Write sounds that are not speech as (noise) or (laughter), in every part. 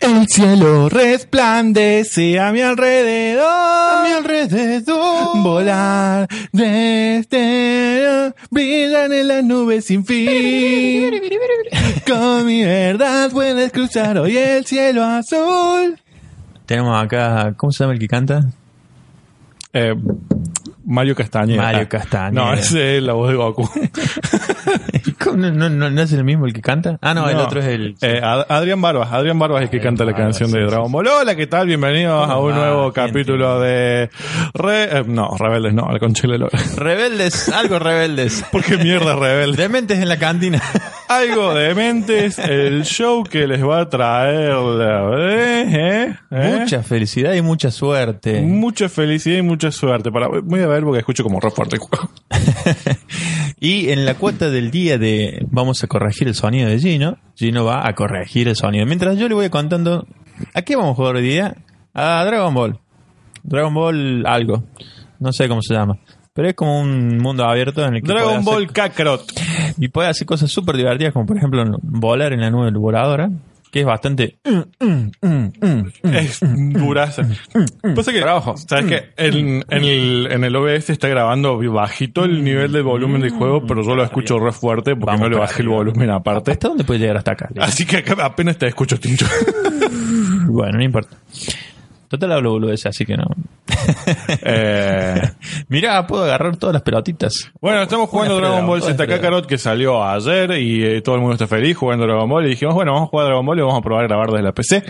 El cielo resplandece a mi alrededor. A mi alrededor. Volar desde brillan en las nubes sin fin. Con mi verdad puedes cruzar hoy el cielo azul. Tenemos acá, ¿cómo se llama el que canta? Eh, Mario Castañeda. Ah, Mario Castañeda. No, ese es la voz de Goku. ¿Cómo? ¿No, no, no, no es el mismo el que canta? Ah, no, el No. otro es el... Eh, Ad- Adrián Barbas. Adrián Barbas es el que Adrián canta la Barbas, canción sí, de sí, Dragon Ball. Hola, ¿qué tal? Bienvenidos a un va, nuevo gente? capítulo de... Re- eh, no, Rebeldes no, la concha de la lora. Rebeldes, (laughs) algo rebeldes. ¿Por qué mierda Rebeldes? Dementes en la cantina. Algo de mentes, el show que les va a traer la- ¿eh? ¿eh? ¿eh? Mucha felicidad y mucha suerte. Mucha felicidad y mucha suerte. Para, voy a ver porque escucho como rock fuerte. (laughs) Y en la cuota del día de vamos a corregir el sonido de Gino, Gino va a corregir el sonido. Mientras yo le voy contando, ¿a qué vamos a jugar hoy día? A Dragon Ball. Dragon Ball algo. No sé cómo se llama. Pero es como un mundo abierto en el que podés Dragon hacer- Ball Kakarot. y puede hacer cosas súper divertidas, como por ejemplo volar en la nube voladora, que es bastante. Es duraza. Pasa que, ¿sabes que en, en el, en el OBS está grabando bajito el nivel de volumen del juego, pero yo lo escucho re fuerte porque Vamos no le para bajé el arriba. volumen aparte. ¿Hasta dónde puede llegar (laughs) hasta acá? Así que acá apenas te escucho, (laughs) Tincho. Bueno, no importa. Total hablo boludeces, así que no. (laughs) Eh, Mirá, puedo agarrar todas las pelotitas. Bueno, estamos jugando Buenas, Dragon Ball Fredo. Z Buenas, Kakarot que salió ayer y eh, todo el mundo está feliz jugando Dragon Ball. Y dijimos, bueno, vamos a jugar a Dragon Ball y vamos a probar a grabar desde la PC.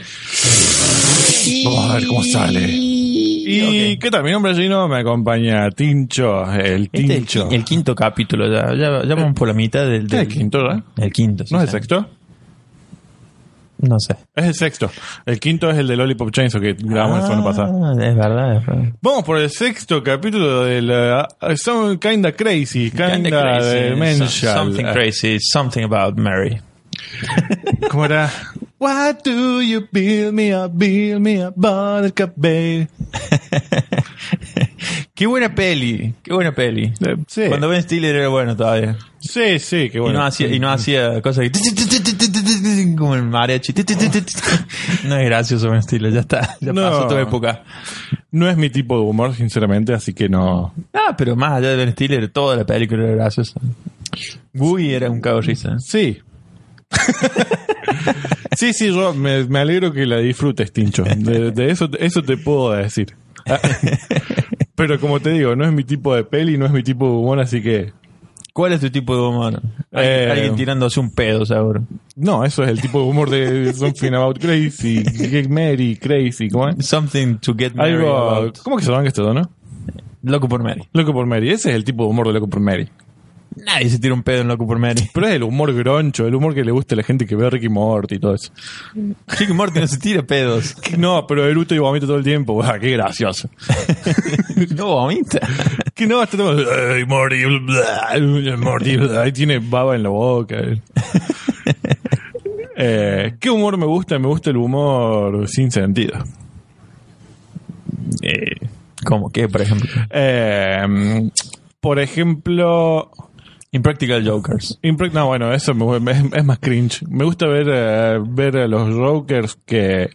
Vamos a ver cómo sale. ¿Y Ok. qué tal? Mi nombre es Gino, me acompaña Tincho, el Este es Tincho. el, qui- el quinto capítulo, ya, ya, ya vamos por la mitad del. Este es del el quinto, ¿verdad? El quinto, sí, ¿No es el sí. sexto? No sé. Es el sexto. El quinto es el de Lollipop Chainsaw que grabamos la semana pasada. Ah, Es verdad, es verdad. Vamos por el sexto capítulo de la eh, Some Kinda Crazy, Kinda, Kinda crazy, de so- Menschal. Something Eh, crazy, something about Mary. ¿Cómo era? Why do you build me up, build me up, buttercup, baby? (laughs) Qué buena peli, qué buena peli. Eh, sí. Cuando Ben Stiller era bueno todavía. Sí, sí, qué bueno. Y no hacía, y no hacía cosas que... como el mariachi. (laughs) No es gracioso Ben Stiller, ya está. Ya No. pasó tu época. No es mi tipo de humor, sinceramente, así que no. Ah, pero más allá de Ben Stiller, toda la película era graciosa. Woody era un cago de risa. Sí. (laughs) sí, sí, yo me, me alegro que la disfrutes, Tincho. De, de eso, eso te puedo decir. Ah, Pero como te digo, no es mi tipo de peli, no es mi tipo de humor, así que. ¿Cuál es tu tipo de humor? Alguien, Eh. alguien tirándose un pedo, seguro. No, eso es el tipo de humor de Something About Crazy, Get Mary, Crazy, ¿cómo es? Something to get married Algo. about. ¿Cómo que se van esto, no? Loco por Mary. Loco por Mary, ese es el tipo de humor de Loco por Mary. Nadie se tira un pedo en Loco (laughs) por Mary. Pero es el humor groncho, el humor que le gusta a la gente que ve a Ricky Morty y todo eso. Rick y Morty no se tira pedos. No, pero eruto y vomito todo el tiempo. (laughs) Ah, qué gracioso. (laughs) No vomita. Que no, hasta tenemos... "Ay, Morty, bla, bla, Morty, bla". ahí tiene baba en la boca. Eh, ¿Qué humor me gusta? Me gusta el humor sin sentido. Eh, ¿Cómo qué, por ejemplo? Eh, mm, por ejemplo... Impractical Jokers. Impreg- No, bueno, eso me- me- es, más cringe. Me gusta ver, eh, ver a los Jokers que...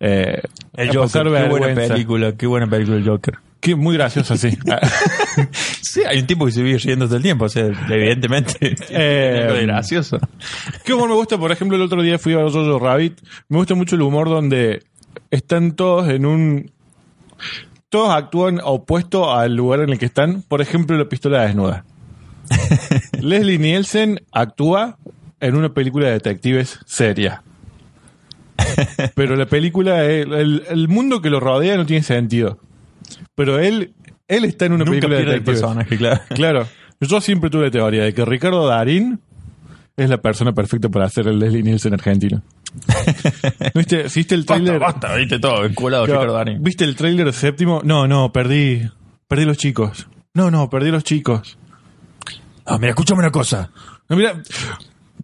Eh, a pasar Qué buena vergüenza. película, qué buena película el (laughs) Joker. Ah, Que muy gracioso, (laughs) sí. Sí, hay un tipo que se vive riendo todo el tiempo, o sea, evidentemente. Eh, es gracioso. ¿Qué humor me gusta? Por ejemplo, el otro día fui a ver Jojo Rabbit. Me gusta mucho el humor donde están todos en un... Todos actúan opuesto al lugar en el que están. Por ejemplo, la pistola (laughs) desnuda. Leslie Nielsen actúa en una película de detectives seria. Pero la película, el, el- el mundo que lo rodea no tiene sentido. Pero él, él está en una Nunca película de pierde el detectives. personaje, claro. Claro. Yo siempre (laughs) tuve la teoría de que Ricardo Darín es la persona perfecta para hacer el Leslie Nielsen argentino. ¿Viste, ¿Viste el Basta, tráiler? basta, viste todo, enculado Claro, Ricardo Darín. ¿Viste el tráiler séptimo? No, no, perdí. Perdí los chicos. No, no, perdí los chicos. Ah, mira, escúchame una cosa. No, mira,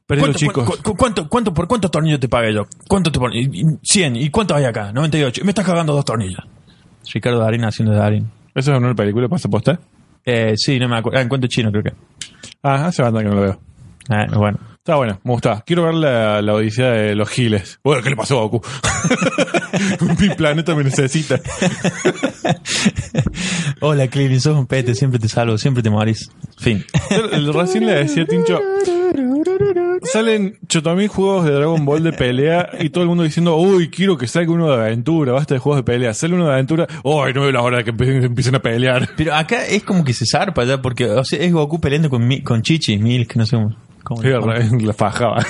perdí los ¿Cuánto, chicos. cu- cu- cuánto- cuánto- por cuántos tornillos te pagué yo? ¿Cuánto te poní? Y- y- 100. ¿Y cuántos hay acá? 98. Me estás cagando dos tornillos. Ricardo Darín haciendo de Darín. ¿Eso es una película pasa posta? Eh, sí, no me acuerdo. Ah, en cuento chino creo que. Ah, hace banda que no lo veo. Ah, bueno. Está bueno, me gusta. Quiero ver la, la odisea de los giles. Bueno, ¿qué le pasó a Goku? (laughs) Mi planeta me necesita. (laughs) Hola, Clint, sos un pete. Siempre te salvo, siempre te morís. Fin. Yo Recién le decía a Tincho. Salen chotamil juegos de Dragon Ball de pelea y todo el mundo diciendo, uy, quiero que salga uno de aventura, basta de juegos de pelea. Sale uno de aventura, uy, no veo la hora de que empiecen, empiecen a pelear. (laughs) Pero acá es como que se zarpa ya, porque o sea, es Goku peleando con, mi- con Chichi, Milk, no sé cómo. cómo le llaman. La fajaba. (laughs)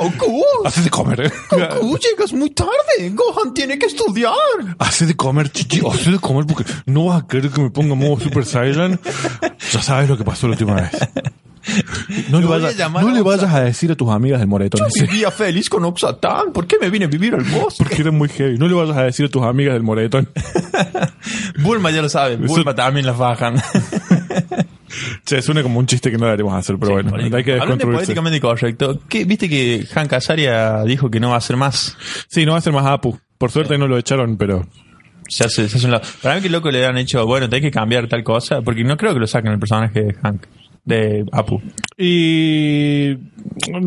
Goku, Haces de (laughs) comer. (laughs) Goku, llegas muy tarde. Gohan tiene que estudiar. Haces de comer, chichi. Haces de comer porque no vas a querer que me ponga modo Super Saiyan. Ya sabes lo que pasó la última (laughs) vez. No, le voy a vayas, llamar no a le Oxxo. vayas a decir a tus amigas del moretón. dice, Vivía feliz con Oxatán. ¿Por qué me vine a vivir al bosque? porque eres muy heavy. No le vayas a decir a tus amigas del moretón. Bulma ya lo sabe. Bulma también las bajan. Se suena como un chiste que no deberíamos hacer, pero bueno, hay que Hablando de desconstruirse. políticamente correcto, ¿qué- viste que Hank Azaria dijo que no va a hacer más. Sí, no va a ser más Apu. Por suerte no lo echaron, pero Se hace, se hace un lado. Para mí que loco le han hecho, bueno, tenés que cambiar tal cosa, porque no creo que lo saquen el personaje de Hank, de Apu. y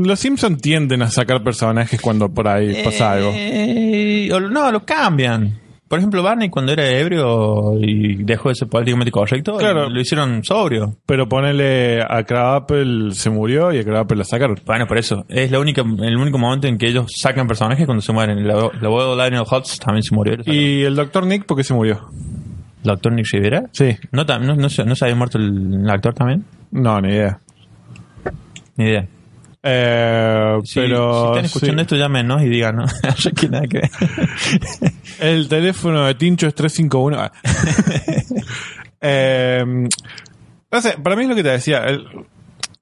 los Simpson tienden a sacar personajes cuando por ahí pasa algo. Eh, o- no, lo cambian. Por ejemplo, Barney cuando era ebrio y dejó de ser políticamente correcto, Claro. lo hicieron sobrio. Pero ponele a Crabapple se murió y a Crabapple la sacaron. Bueno, por eso. Es la única, el único momento en que ellos sacan personajes cuando se mueren. La la abuelo Lionel Hutz también se murió. ¿Y el Dr. Nick por qué se murió? ¿El actor Nick Rivera? Sí. ¿No, tam- no, no, se, no se había muerto el, el actor también? No, ni idea. Ni idea. Eh, Si, pero si están escuchando esto, llámenos y díganos. (laughs) Yo que nada que ver. sí. el teléfono de Tincho es 351. Ah. Eh, no sé, para mí es lo que te decía. el-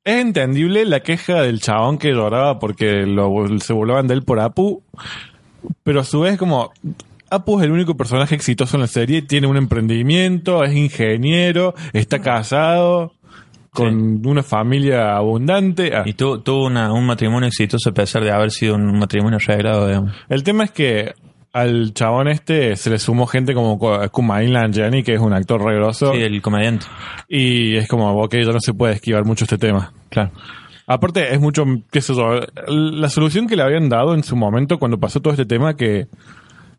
es entendible la queja del chabón que lloraba porque lo- se burlaban de él por Apu, pero a su vez como... Apu es el único personaje exitoso en la serie, tiene un emprendimiento, es ingeniero, está casado, con una familia abundante. Ah. (laughs) Y tu- tuvo una- un matrimonio exitoso a pesar de haber sido un matrimonio arreglado, digamos. El tema es que al chabón este se le sumó gente como Ko- Kumail Nanjiani, que es un actor re grosso, Sí, el comediante. y es como, ok, ya no se puede esquivar mucho este tema. Claro. Aparte, es mucho, qué sé yo, la solución que le habían dado en su momento cuando pasó todo este tema que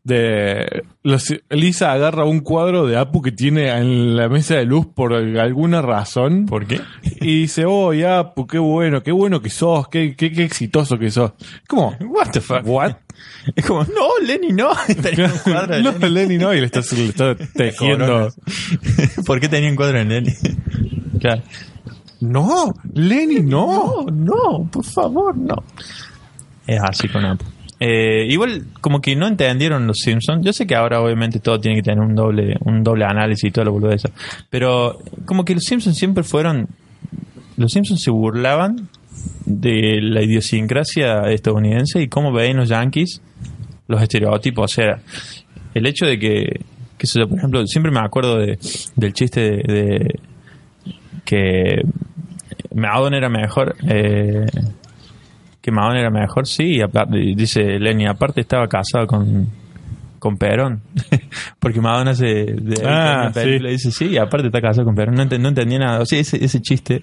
de los- Lisa agarra un cuadro de Apu que tiene en la mesa de luz por alguna razón ¿Por qué? y dice, oh, Apu, qué bueno, qué bueno que sos, qué, qué, qué exitoso que sos. Como, What the fuck? what? Es como, no, Lenny, no. (laughs) Tenía un cuadro (laughs) de no, Lenny. Lenny no, y le está, le está tejiendo. Coronas. (laughs) ¿Por qué tenía un cuadro de Lenny? Claro. No, Lenny no. no, por favor, no. Es así con Apu. Eh, igual, como que no entendieron los Simpsons. Yo sé que ahora, obviamente, todo tiene que tener un doble un doble análisis y todo lo boludo eso. Pero, como que los Simpsons siempre fueron. Los Simpsons se burlaban de la idiosincrasia estadounidense y cómo veían los yankees los estereotipos. O sea, el hecho de que. que sé yo, por ejemplo, siempre me acuerdo de- del chiste de- de que Madonna era mejor. eh, que Madonna era mejor, sí. y apa- y dice Lenny, aparte estaba casado con, con Perón. (laughs) Porque Madonna se. de- Ah, en la película sí. dice, sí, y aparte está casado con Perón. No, enten- no entendí nada. O sea, ese, ese chiste.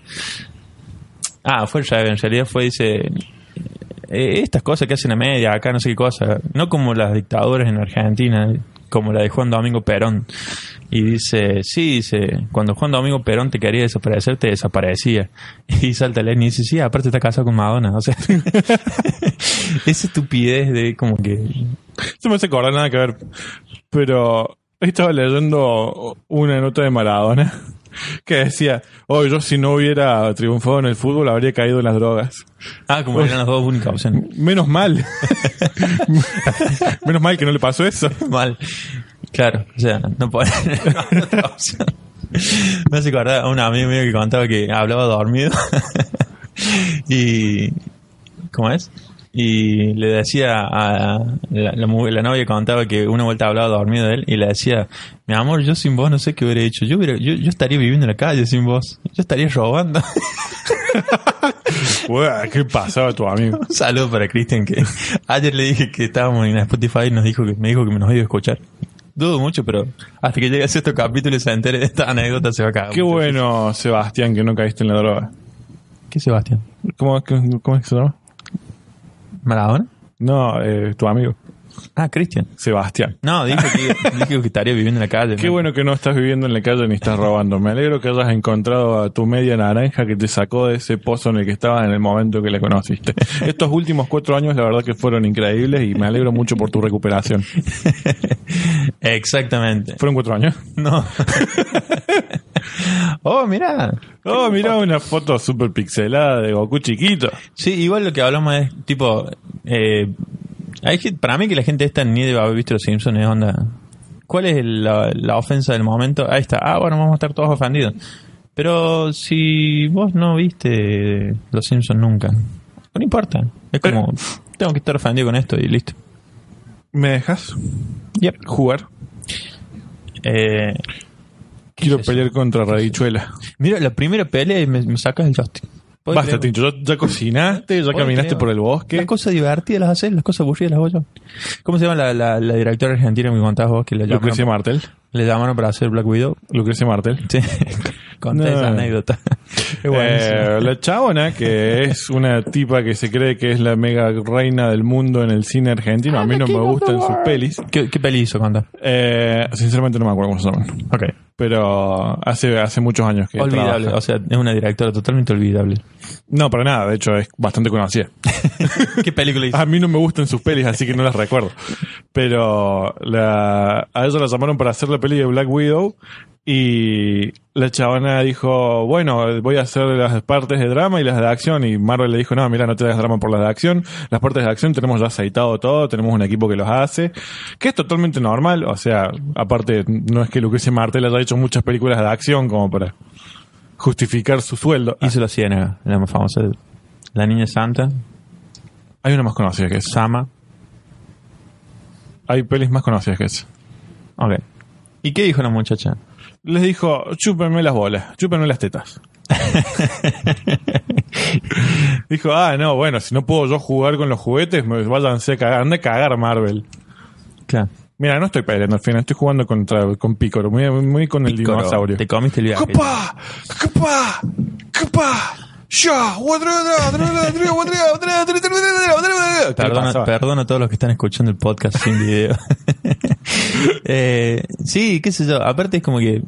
Ah, fue el Jagger. En realidad fue, dice. eh, estas cosas que hacen a media, acá no sé qué cosa. No como las dictaduras en Argentina, como la de Juan Domingo Perón. Y dice, sí, dice, cuando Juan Domingo Perón te quería desaparecer, te desaparecía. (laughs) Y salta Lenny y dice, sí, aparte está casado con Madonna. O sea, (laughs) esa estupidez de como que... Se me hace acordar nada que ver. Pero estaba leyendo una nota de Maradona que decía, oh, yo si no hubiera triunfado en el fútbol habría caído en las drogas. Ah, como eran las dos únicas opciones. Menos mal. (laughs) Menos mal que no le pasó eso. (laughs) Mal. Claro, o sea, no (laughs) puede... no hay otra opción. Me hace acordar a un amigo mío que (laughs) contaba que hablaba dormido. y... ¿Cómo es? y le decía a la, la, mu- la novia contaba que una vuelta hablaba dormido de él y le decía, mi amor, yo sin vos no sé qué hubiera hecho, yo, hubiera- yo, yo estaría viviendo en la calle sin vos, yo estaría robando. (laughs) Ué, ¿Qué pasaba tu amigo? (laughs) Un saludo para Cristian que (laughs) ayer le dije que estábamos en Spotify y nos dijo que me dijo que nos iba a escuchar. Dudo mucho, pero hasta que llegue a sexto capítulo y se entere de esta anécdota se va a cagar. Qué bueno, Sebastián, que no caíste en la droga. ¿Qué Sebastián? ¿Cómo, es que- cómo es que se llama? ¿Maradona? No, eh, tu amigo, Ah, Cristian. Sebastián. No, dijo (laughs) que, dijo que estaría viviendo en la calle. Qué ¿no? bueno que no estás viviendo en la calle ni estás robando. Me alegro que hayas encontrado a tu media naranja que te sacó de ese pozo en el que estabas en el momento que la conociste. (laughs) Estos últimos cuatro años, la verdad que fueron increíbles y me alegro mucho por tu recuperación. (laughs) Exactamente. ¿Fueron cuatro años? No. (laughs) oh, mira. Oh, mirá una foto súper pixelada de Goku chiquito. Sí, igual lo que hablamos es tipo. eh, hay gente- para mí que la gente esta ni debe haber visto los Simpsons, es onda. ¿Cuál es la, la ofensa del momento? Ahí está. Ah, bueno, vamos a estar todos ofendidos. Pero si vos no viste los Simpsons nunca, no importa. Es como, tengo que estar ofendido con esto y listo. ¿Me dejas Yep. jugar? Eh, Quiero es eso? pelear contra Radichuela. mira, la primera pelea y me, me sacas el joystick. ¿Puedes Basta, creer? Tincho. Ya, ya cocinaste, ya Oye, caminaste creo. por el Las bosque. cosas divertidas las haces, las cosas aburridas las hago yo. ¿Cómo se llama la, la, la directora argentina que me contabas vos que le llamaron, Lucrecia Martel. le llamaron para hacer Black Widow? Lucrecia Martel. (laughs) Sí, conté No. esa anécdota. (laughs) Es buenísimo. Eh, la chabona, que es una tipa que se cree que es la mega reina del mundo en el cine argentino. A mí no me gustan sus pelis. ¿Qué, ¿Qué peli hizo? Contá. Eh, sinceramente no me acuerdo cómo se llaman. Ok. Pero hace, hace muchos años que Olvidable, trabaja. o sea, es una directora totalmente olvidable. No, para nada. De hecho, es bastante conocida. (laughs) ¿Qué película hizo? A mí no me gustan sus pelis, así que no las recuerdo. Pero la, a ella la llamaron para hacer la peli de Black Widow y la chavana dijo, bueno, voy a hacer las partes de drama y las de acción. Y Marvel le dijo, no, mira, no te das drama por las de acción. Las partes de acción tenemos ya aceitado todo, tenemos un equipo que los hace, que es totalmente normal. O sea, aparte, no es que Lucrecia Martel haya hecho muchas películas de acción como para justificar su sueldo. Hizo La Ciénaga, la más famosa. La Niña Santa, Hay una más conocida que esa. Sama. Hay pelis más conocidas que esa. Ok. ¿Y qué dijo la muchacha? les dijo, chúpenme las bolas, chúpenme las (laughs) tetas. dijo, ah, no, bueno, si no puedo yo jugar con los juguetes, me váyanse a cagar, anda a cagar Marvel. Claro. Mira, no estoy peleando al final, estoy jugando contra, con Picoro, muy, muy con el Pícoro, dinosaurio. Te comiste el viaje. ¡Capá! ¡Capá! ¡Capá! ¡Ya! Perdona, perdona a todos los que están escuchando el podcast sin video. (laughs) Eh, sí, qué sé yo. Aparte es como que,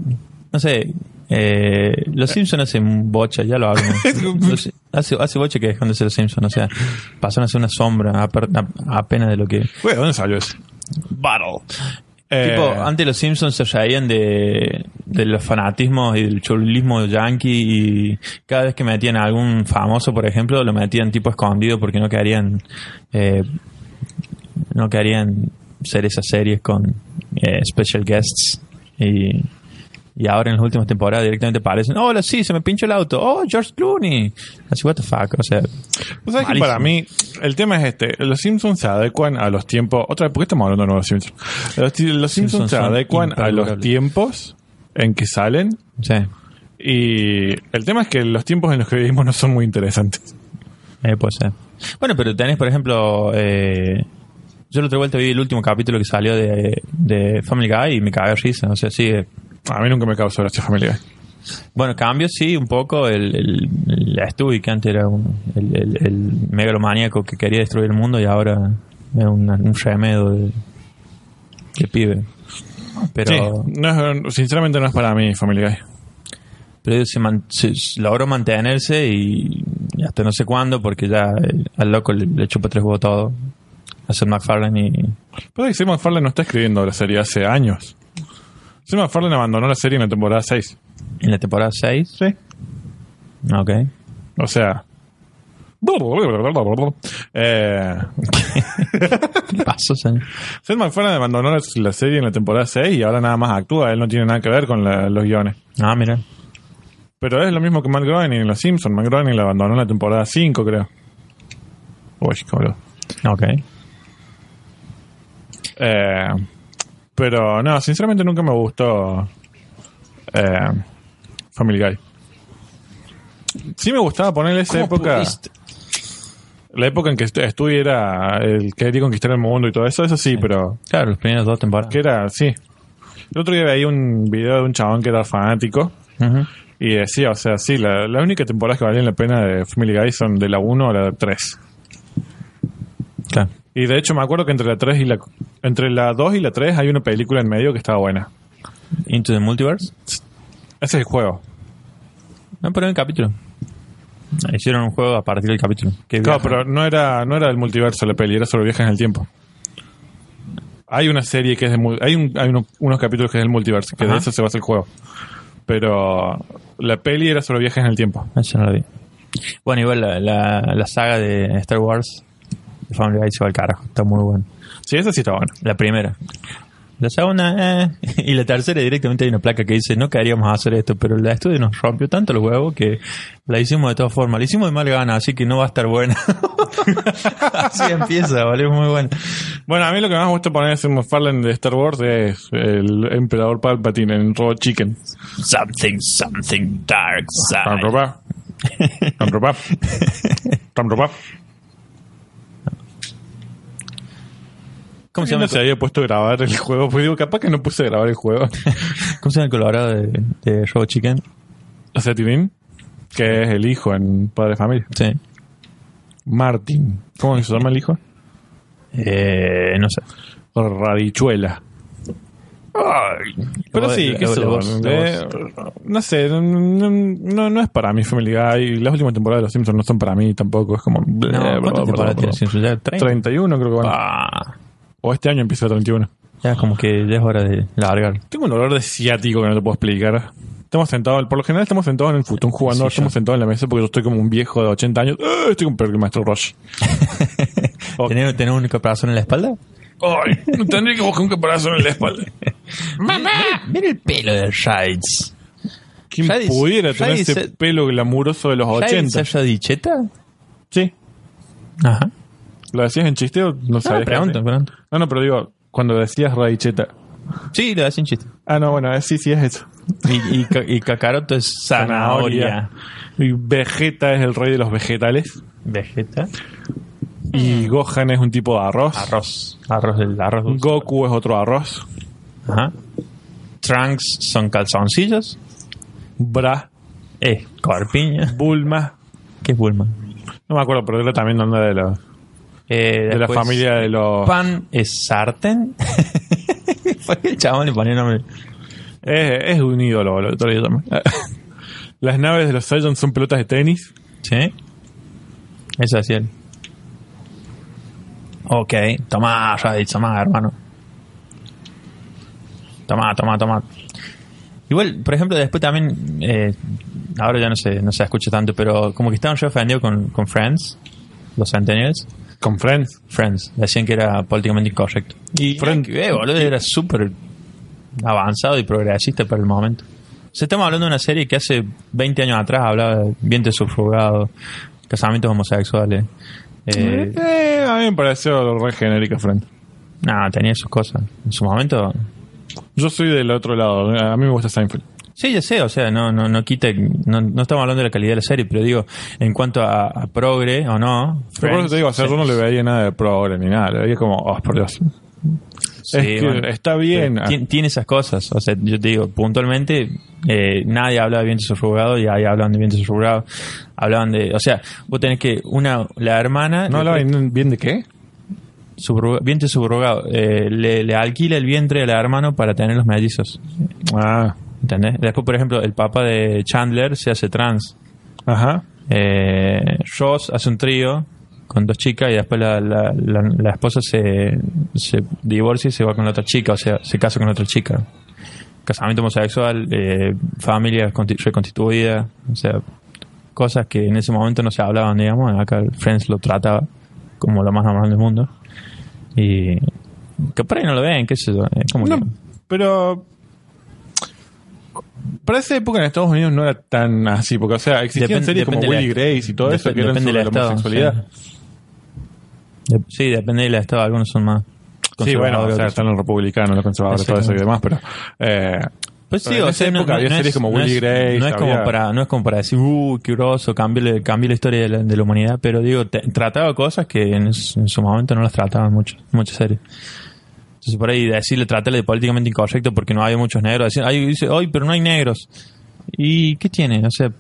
no sé, eh, los Simpsons hacen bocha, ya lo hablamos. Los- hace, hace bocha que dejan de ser los Simpsons, o sea, pasaron a ser una sombra apar- a- apenas de lo que... Güey, ¿dónde salió eso? Battle. Eh, Tipo, antes los Simpsons se reían de, de los fanatismos y del cholismo yankee y cada vez que metían a algún famoso, por ejemplo, lo metían tipo escondido porque no querían eh, no querían ser esas series con eh, special guests y, y ahora en las últimas temporadas directamente aparecen, hola, sí, se me pinchó el auto, oh, George Clooney. Así, what the fuck, o sea, ¿Vos sabés que Malísimo. para mí el tema es este? Los Simpsons se adecuan a los tiempos. Otra vez, ¿por qué estamos hablando de nuevos Simpsons? Los, ti- los Simpsons, Simpsons se son adecuan a los imperdurables. tiempos en que salen. sí, Y el tema es que los tiempos en los que vivimos no son muy interesantes. eh, puede ser. Bueno, pero tenés, por ejemplo, eh, yo la otra vuelta vi el último capítulo que salió de, de Family Guy y me cagué de risa, o sea, sí, eh, A mí nunca me causó gracia familiar. Bueno, cambio sí, un poco el, el, el Stewie, que antes era un- el, el, el megalomaníaco que quería destruir el mundo y ahora es un, un remedo de, de pibe. Pero, Sí, no es- sinceramente no es para mí familiar. pero se, man- se- se logró mantenerse y, y hasta no sé cuándo porque ya el- al loco le, le chupa tres huevos todo. A Seth MacFarlane y... Pero que Seth MacFarlane no está escribiendo la serie hace años. Seth MacFarlane abandonó la serie en la temporada 6. En la temporada 6. Sí. Ok. O sea. (laughs) Eh, ¿Qué pasó, señor? Seth MacFarlane abandonó la, la serie en la temporada 6 y ahora nada más actúa. Él no tiene nada que ver con la- los guiones. Ah, mira. Pero es lo mismo que Matt Groening en Los Simpsons. Matt Groening la abandonó en la temporada 5, creo. Uy, cabrón. Ok. Eh, pero no, sinceramente nunca me gustó eh, Family Guy. Sí me gustaba ponerle esa ¿Cómo época. pudiste? La época en que estu- Stewie era el que quería conquistar el mundo y todo eso, eso sí, pero Claro, los primeros dos temporadas. que era, sí. El otro día veía un video de un chabón que era fanático Ujú. y decía, o sea, sí, la, la única temporada que valían la pena de Family Guy son de la 1 a la 3. Claro. Y de hecho me acuerdo que entre la 3 y la entre la 2 y la 3 hay una película en medio que estaba buena. Into the Multiverse. Ese es el juego. No, pero en el capítulo. Hicieron un juego a partir del capítulo. Que Claro, viajan. pero no era, no era del multiverso la peli, era sobre viajes en el tiempo. Hay una serie que es de mul- hay, un- hay uno- unos capítulos que es del multiverso, que de Ajá. eso se basa el juego. Pero la peli era sobre viajes en el tiempo. Eso no lo vi. Bueno, igual la, la- la saga de Star Wars, de Family Guy se va al carajo. Está muy bueno. Sí, esa sí está buena. La primera. La segunda, eh. Y la tercera directamente hay una placa que dice, no queríamos hacer esto, pero la estudio nos rompió tanto los huevos que la hicimos de todas formas. La hicimos de mal gana, así que no va a estar buena. (laughs) así empieza, ¿vale? Es Muy bueno. Bueno, a mí lo que más me gusta poner es McFarlane de Star Wars es el emperador Palpatine en Robot Chicken. Something, something dark Ram side. ropa. Ram ropa. (laughs) Ram ropa. ¿Cómo se No llama? se había puesto a grabar el juego, pues digo, capaz que no puse a grabar el juego. (laughs) ¿Cómo se llama el colorado de, de Robot Chicken? O sea, Tilín, que es el hijo en Padre de Familia. Sí. Martín. ¿Cómo se llama el hijo? Eh, no sé. Radichuela. Pero La- sí, la- qué sé la yo, voz, la eh, No sé, no, no- no es para mí Family Guy. Las últimas temporadas de Los Simpsons no son para mí tampoco. Es como... bleh, bla, No, bla, ¿cuántas bla, temporadas bla. tiene Simpsons? ¿Ya 30? 31 creo que van. Ah, O este año empieza el 31. ya es como que ya es hora de largar. Tengo un dolor de ciático que no te puedo explicar. Estamos sentados, por lo general estamos sentados en el futón jugando, Sí, estamos yo- sentados en la mesa porque yo estoy como un viejo de 80 años. ¡Eh! Estoy como peor que el maestro Rush. Ok. ¿Tener, tener un caparazón en la espalda? Ay, tendría que buscar un caparazón en la espalda. (laughs) Mira el pelo de Shides. ¿Quién Shady- pudiera tener Shady ese se- pelo glamuroso de los 80? ¿Shides dicheta? Sí. Ajá. ¿Lo decías en chiste o no No, sabías? Ah, pregunto, pregunto. No, no, pero digo, cuando decías radicheta. Sí, le hacen chiste. Ah, no, bueno, eh, sí, sí es eso. Y, y, ca- y Kakaroto es zanahoria. Y Vegeta es el rey de los vegetales. Vegeta. Y Gohan es un tipo de arroz. Arroz. Arroz del arroz dulce. Goku es otro arroz. Ajá. Trunks son calzoncillos. Bra, Eh, corpiña. Bulma. ¿Qué es Bulma? No me acuerdo, pero era también onda de, los- Eh, de la después, familia de los... Pan es sartén. (laughs) Fue que el chabón le ponía nombre. Es, es un ídolo, boludo. te lo digo también. Las naves de los Saiyans son pelotas de tenis. ¿Sí? Eso es él. Ok, tomá, ya dicho más, hermano. Tomá, tomá, tomá. Igual, por ejemplo, después también, eh, ahora ya no se, no se escucha tanto, pero como que estaban yo ofendidos con, con Friends, los Centennials. Con Friends. Friends, decían que era políticamente incorrecto. Y Friends. eh, boludo, era súper avanzado y progresista para el momento. Se estamos hablando de una serie que hace 20 años atrás hablaba de vientres subrogados, casamientos homosexuales. Eh, Eh, a mí me pareció re genérica Friends. Nada, tenía sus cosas. En su momento. Yo soy del otro lado. A mí me gusta Seinfeld. Sí, ya sé, o sea, no, no, no quita. No, no estamos hablando de la calidad de la serie, pero digo, en cuanto a, a progre o no. Pero por eso Friends, te digo, o sea, sí, yo no le veía nada de progre ni nada. Le veía como, oh, por Dios. sí, es que bueno. está bien. ah. Tien- Tiene, esas cosas. O sea, yo te digo, puntualmente, eh, nadie habla de vientre subrogado y ahí hablaban de vientre subrogado. Hablaban de. O sea, vos tenés que. una La hermana. ¿No hablaba bien bien de qué? subroga- vientre subrogado. eh, le, le alquila el vientre de la hermana para tener los mellizos. Ah, ¿Entendés? Después, por ejemplo, el papá de Chandler se hace trans. ajá. Eh, Joss hace un trío con dos chicas y después la, la- la- la esposa se, se divorcia y se va con la otra chica, o sea, se casa con otra chica. Casamiento homosexual, eh, familia conti- reconstituida, o sea, cosas que en ese momento no se hablaban, digamos, acá el Friends lo trataba como lo más normal del mundo. Y que por ahí no lo ven, qué sé yo, es como No, que- pero. Para esa época en Estados Unidos no era tan así, porque, o sea, existían Depen- series como depende Willy de la- Grace y todo dep- eso que eran depende sobre del la estado, homosexualidad. De- sí, depende del estado. Algunos son más Sí, bueno, o sea, conservadores, otros- están los republicanos, los conservadores, todo eso y demás, pero. Eh, Pues Pero sí, en o esa sea, no, época no- había no series es, como no Will es- y Grace, No es, como había- para, no es como para decir, uh, qué groso, cambié, la- cambié la historia de la, de la humanidad, pero digo, te- trataba cosas que en, su- en su momento no las trataban mucho, muchas series. Entonces por ahí decirle, trátale de políticamente incorrecto porque no había muchos negros. Decían, ay, dice, hoy, pero no hay negros. ¿Y qué tiene? O sea,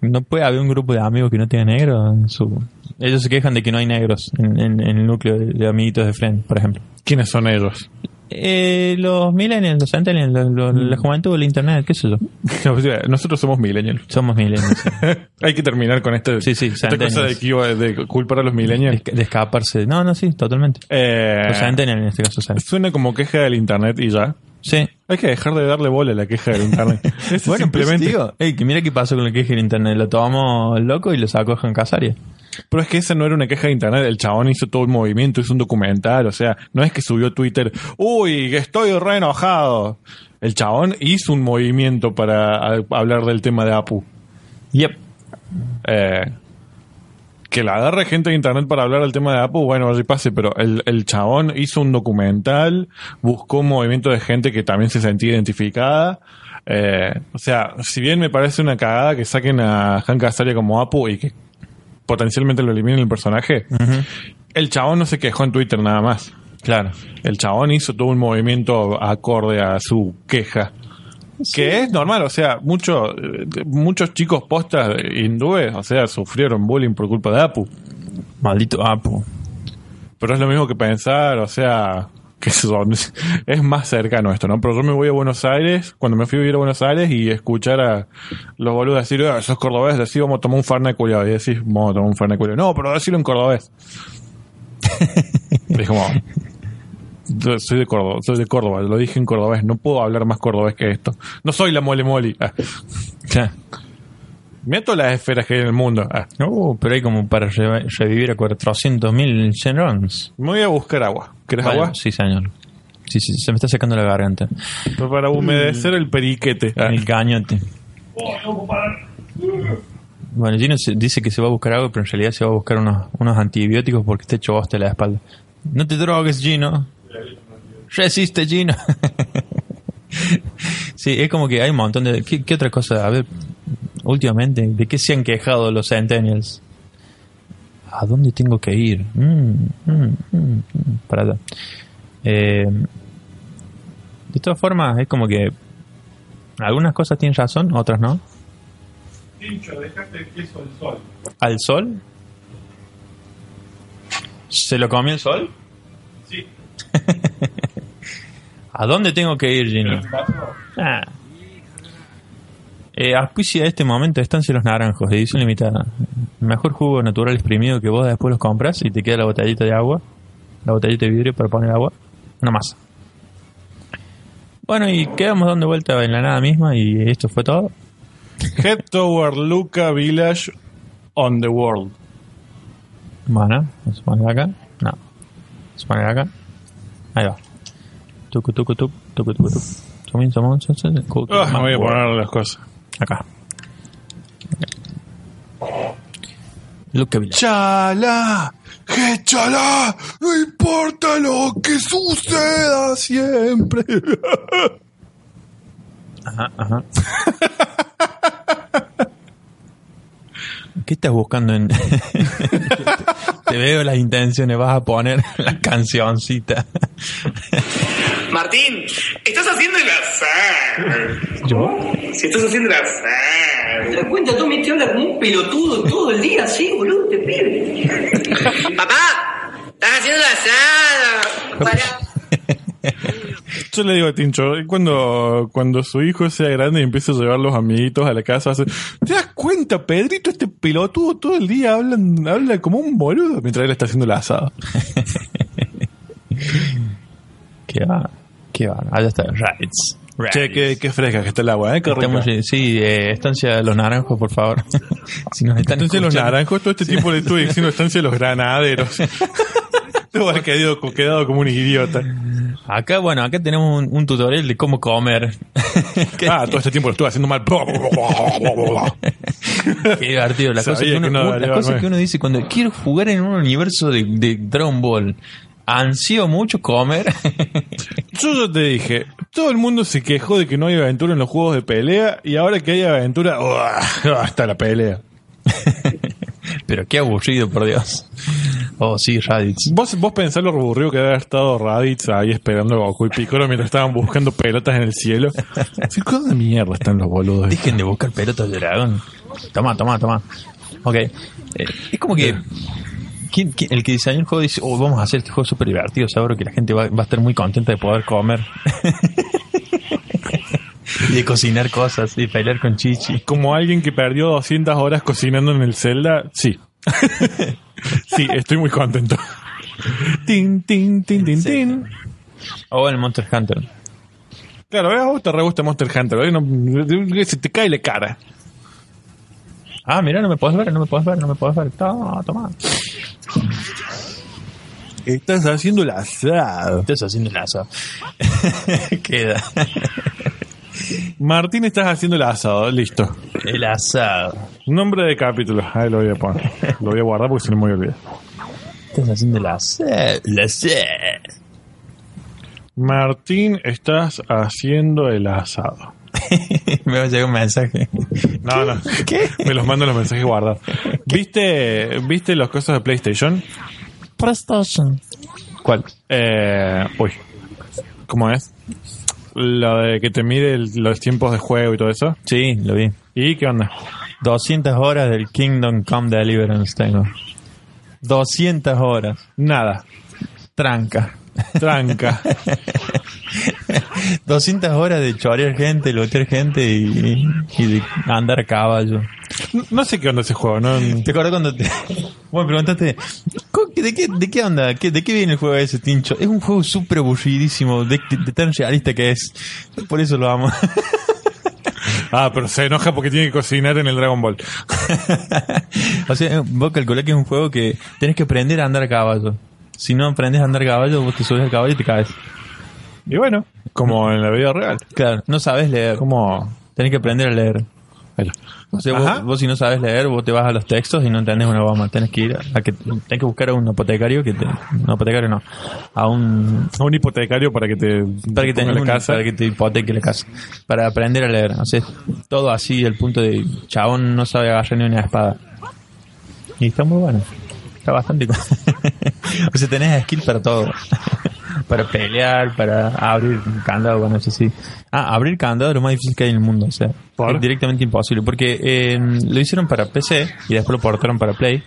no puede haber un grupo de amigos que no tenga negros. en su- Ellos se quejan de que no hay negros en, en- en el núcleo de, de amiguitos de Friend, por ejemplo. ¿Quiénes son ellos? (laughs) Eh, los millennials, los centennials, los, los- la juventud, el internet, qué sé yo. O sea, Nosotros somos millennials. (laughs) Somos millennials. sí. Hay que terminar con este, Sí, sí, esta centennials. cosa de, que iba- de culpar a los millennials. De, de escaparse. No, no, sí, totalmente. Eh, Los centennials en este caso. sí. suena como queja del internet y ya. Sí. Hay que dejar de darle bola a la queja del internet. Es Bueno, pero simplemente. digo, ey, que mira qué pasó con la queja del internet. Lo tomamos loco y lo sacó a Juan Casaria. Pero es que esa no era una queja de internet. El chabón hizo todo el movimiento, hizo un documental. O sea, no es que subió a Twitter, uy, que estoy re enojado. El chabón hizo un movimiento para a- hablar del tema de Apu. Yep. Eh, que la agarre gente de internet para hablar del tema de Apu, bueno, allí pase, pero el, el chabón hizo un documental, buscó un movimiento de gente que también se sentía identificada. Eh, o sea, si bien me parece una cagada que saquen a Hank Azaria como Apu y que potencialmente lo eliminen el personaje, el chabón no se quejó en Twitter nada más. Claro. El chabón hizo todo un movimiento acorde a su queja. Que es normal, o sea, muchos muchos chicos postas hindúes, o sea, sufrieron bullying por culpa de Apu. Maldito Apu. Pero es lo mismo que pensar, o sea, que son- (laughs) es más cercano esto, ¿no? Pero yo me voy a Buenos Aires, cuando me fui a vivir a Buenos Aires y escuchar a los boludos decir, ah, sos cordobés, decís, vamos a tomar un farna de culiao. Y decís, vamos a tomar un farna de culiao. No, pero decirlo en cordobés. es como, yo soy de Córdoba, soy de Córdoba, lo dije en cordobés, no puedo hablar más cordobés que esto. No soy la mole moli. Ah, Claro. mira todas las esferas que hay en el mundo. Ah, Uh, pero hay como para re- revivir a 400.000 Shenrons. me voy a buscar agua. ¿Querés Bueno, agua? Sí, señor. Sí, sí, se me está secando la garganta. Para humedecer el periquete. Ah. El cañote. Bueno, Gino se- dice que se va a buscar algo, pero en realidad se va a buscar unos, unos antibióticos porque está hecho bosta de la espalda. No te drogues, Gino. Resiste, Gino. (laughs) sí, es como que hay un montón de... ¿Qué, qué otra cosa? A ver, últimamente, ¿de qué se han quejado los centennials? ¿A dónde tengo que ir? Mm, mm, mm, mm, para allá. Eh, de todas formas, es como que algunas cosas tienen razón, otras no. ¿Al sol? ¿Se lo comió el sol? Sí. (laughs) ¿A dónde tengo que ir, Gino? Ah. Eh, auspicia de este momento Estancia Los Naranjos, de edición limitada. Mejor jugo natural exprimido que vos después los compras y te queda la botellita de agua, la botellita de vidrio para poner agua, una masa. Bueno, y quedamos dando vuelta en la nada misma y esto fue todo. Head toward Luca Village on the world. Bueno, vamos a poner acá. No. Vamos a poner acá. Ahí va. Tucu, tucu, tuc, tucu, tucu, tuc. Sumin, sumon, sun, sun, cu, cu, Ah, me ma, voy a cu. poner las cosas. Acá. Luke Village. Chala, chala, no importa lo que suceda siempre. Ajá, ajá. (laughs) ¿Qué estás buscando en.? (laughs) Te veo las intenciones, vas a poner la cancioncita. (laughs) Martín, estás haciendo el azar. ¿Yo? Si estás haciendo el azar. ¿Te das cuenta? Tommy te habla como un pelotudo todo el día así, boludo, te pibe. ¡Papá! ¡Estás haciendo el azar! Para. Yo le digo a Tincho, y cuando, cuando su hijo sea grande y empiece a llevar los amiguitos a la casa, hace, ¿te das cuenta, Pedrito? Este pelotudo todo el día habla, habla como un boludo mientras él está haciendo el asado. ¿Qué va? ¿Qué va? Allá está. Rides. Che, qué, qué fresca que está el agua, ¿eh? Qué rica. Estamos- sí, eh, estancia de los naranjos, por favor. (laughs) si nos Estancia están de los escuchando. naranjos, todo este tipo de estuve diciendo estancia de los granaderos. Debo haber quedado, quedado como un idiota. Acá, bueno, acá tenemos un, un tutorial de cómo comer. (laughs) Ah, todo este tiempo lo estuve haciendo mal. Qué divertido. Las cosas, Sabía que uno, que no uh, las valía cosas más. que uno dice cuando quiero jugar en un universo de, de Dragon Ball. Ansío mucho comer. (laughs) Yo ya te dije, todo el mundo se quejó de que no hay aventura en los juegos de pelea y ahora que hay aventura, ¡buah! hasta la pelea. Pero qué aburrido, por Dios. Oh, sí, Raditz. ¿Vos, vos pensás lo aburrido que debe haber estado Raditz ahí esperando a Goku y Piccolo mientras estaban buscando pelotas en el cielo? Sí, ¿Cómo de mierda están los boludos? estos? Dejen de buscar pelotas de dragón. Toma, toma, toma. Ok. Eh, es como que. ¿quién- quién- el que diseñó el juego dice, oh, vamos a hacer este juego súper divertido, seguro que la gente va, va a estar muy contenta de poder comer. (laughs) y de cocinar cosas y bailar con chichi. Como alguien que perdió 200 horas cocinando en el Zelda, (laughs) sí. sí, estoy muy contento. tin, tin, tin, tin, tin. O el Monster Hunter. Claro, ¿ves? a vos te re gusta Monster Hunter, ¿eh? No- se te cae la cara. Ah, mira, no me puedes ver, no me puedes ver, no me puedes ver. Toma, toma. Estás haciendo el asado. Estás haciendo el asado. (laughs) Queda. Martín, estás haciendo el asado, listo. El asado. Nombre de capítulo, ahí lo voy a poner. Lo voy a guardar porque se me voy a olvidar. Estás haciendo el asado. El asado. Martín, estás haciendo el asado. (laughs) me va a llegar un mensaje. No, no. (laughs) ¿Qué? (laughs) Me los mando los mensajes (laughs) guardados. ¿Viste, ¿Viste los cosas de PlayStation? PlayStation. ¿Cuál? Eh, uy. ¿Cómo es? Lo de que te mide el- los tiempos de juego y todo eso. Sí, lo vi. ¿Y qué onda? 200 horas del Kingdom Come Deliverance tengo. 200 horas. Nada. Tranca. (laughs) Tranca. 200 horas de chorear gente, lotear gente y, y de andar a caballo. No- No sé qué onda ese juego, ¿no? ¿Te acuerdas cuando te... (laughs) Bueno, preguntaste, ¿cu- ¿de qué, de qué onda? ¿Qué- ¿De qué viene el juego ese, Tincho? Es un juego súper aburridísimo, de, de tan realista que es. Por eso lo amo. (laughs) Ah, pero se enoja porque tiene que cocinar en el Dragon Ball. (laughs) O sea, vos calculás que es un juego que tenés que aprender a andar a caballo. Si no aprendes a andar a caballo, vos te subes al caballo y te caes. Y bueno, como en la vida real. Claro, no sabes leer. Como... Tenés que aprender a leer. Ahí está. O sea, Ajá. vos, vos si no sabes leer, vos te vas a los textos y no entendés una bomba. Tenés que ir a, a que tenés que buscar a un apotecario que te, no apotecario no, a un A un hipotecario para que te para que te, ponga la casa. para que te hipoteque la casa, para aprender a leer. O sea, todo así el punto de chabón no sabe agarrar ni una espada. Y está muy bueno. Está bastante. co- (laughs) o sea, tenés skill para todo. (laughs) para pelear, para abrir un candado, bueno, eso sí. Ah, abrir candado es lo más difícil que hay en el mundo, o sea, ¿Por? es directamente imposible. Porque eh, lo hicieron para PC y después lo portaron para Play.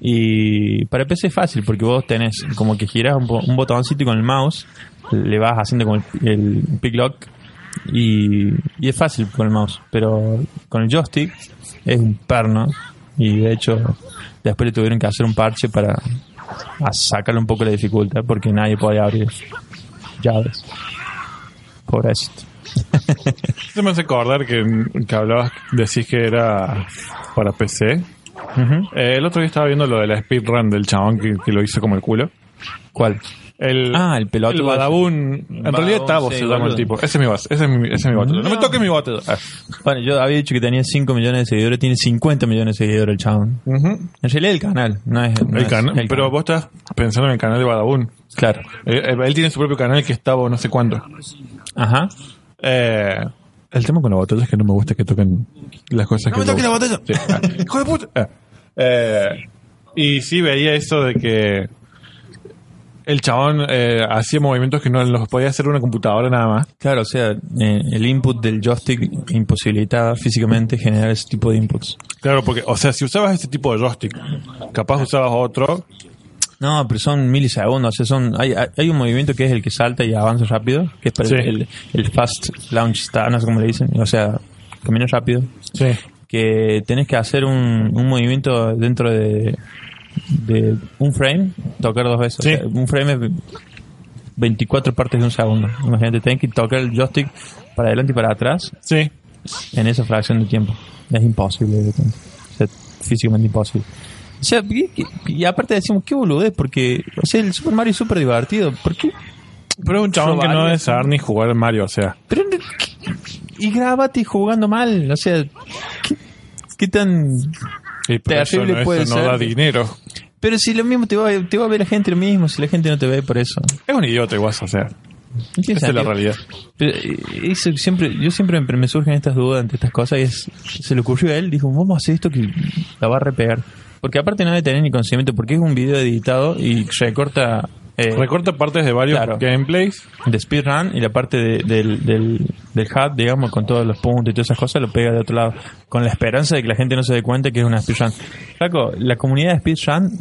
Y para PC es fácil porque vos tenés como que girás un, bo- un botoncito y con el mouse le vas haciendo con el, el pick lock y, y es fácil con el mouse, pero con el joystick es un perno y de hecho después le tuvieron que hacer un parche para a sacarle un poco la dificultad porque nadie podía abrir llaves. Pobrecito. Se me hace acordar que, que hablabas, decís que era para PC. Eh, el otro día estaba viendo lo de la speedrun del chabón que, que lo hizo como el culo. ¿Cuál? El, Ah, el pelotudo. El badabun. En Badabun, realidad Tavo sí, se llama el boludo. tipo. Ese es mi base, ese es mi, ese es mi batuta. No. me toques mi batuta. Ah. Bueno, yo había dicho que tenía 5 millones de seguidores, tiene 50 millones de seguidores el chabón. Ujú. En realidad el canal, no es no El es cana- pero canal. vos estás pensando en el canal de Badabun. Claro. Eh, eh, él tiene su propio canal que es Tavo no sé cuánto. Ajá. Eh, el tema con la botella es que no me gusta que toquen las cosas que. me toques yo- la botella. Sí. Ah, (laughs) ¡Hijo de puta! Ah. Eh, y sí veía eso de que el chabón eh, hacía movimientos que no los podía hacer una computadora nada más. Claro, o sea, eh, el input del joystick imposibilitaba físicamente generar ese tipo de inputs. Claro, porque, o sea, si usabas ese tipo de joystick, capaz usabas otro. No, pero son milisegundos, o sea, son, hay, hay- hay un movimiento que es el que salta y avanza rápido, que es para Sí. el, el fast launch, start, no sé cómo le dicen, o sea, camina rápido, Sí. que tenés que hacer un, un movimiento dentro de, de un frame, tocar dos veces. Sí. O sea, un frame es 24 partes de un segundo. Imagínate, tenés que tocar el joystick para adelante y para atrás Sí. en esa fracción de tiempo. Es imposible. de tanto. O sea, físicamente imposible. O sea, y, y aparte decimos, qué boludez, porque o sea, el Super Mario es súper divertido. ¿Por qué? Pero es un chabón que no Probar. debe saber ni jugar Mario, o sea. Pero, no- ¿qué? y grábate jugando mal. O sea, ¿qué? ¿Qué tan...? Y pero eso Terrible no- puede eso no ser. da dinero. Pero si lo mismo te va, a- te va a ver la gente lo mismo, si la gente no te ve por eso. Es un idiota igual, o sea. No tiene Esa es la sentido. realidad. Pero, eh, eso siempre, yo siempre me, me surgen estas dudas ante estas cosas y es, se le ocurrió a él, dijo, vamos a hacer esto que la va a repegar. Porque aparte no debe tener ni conocimiento, porque es un video editado y recorta eh, Recorta partes de varios Claro. gameplays. de speedrun y la parte de- del, del, del hub, digamos, con todos los puntos y todas esas cosas, lo pega de otro lado, con la esperanza de que la gente no se dé cuenta que es una speedrun. Flaco, la comunidad de speedrun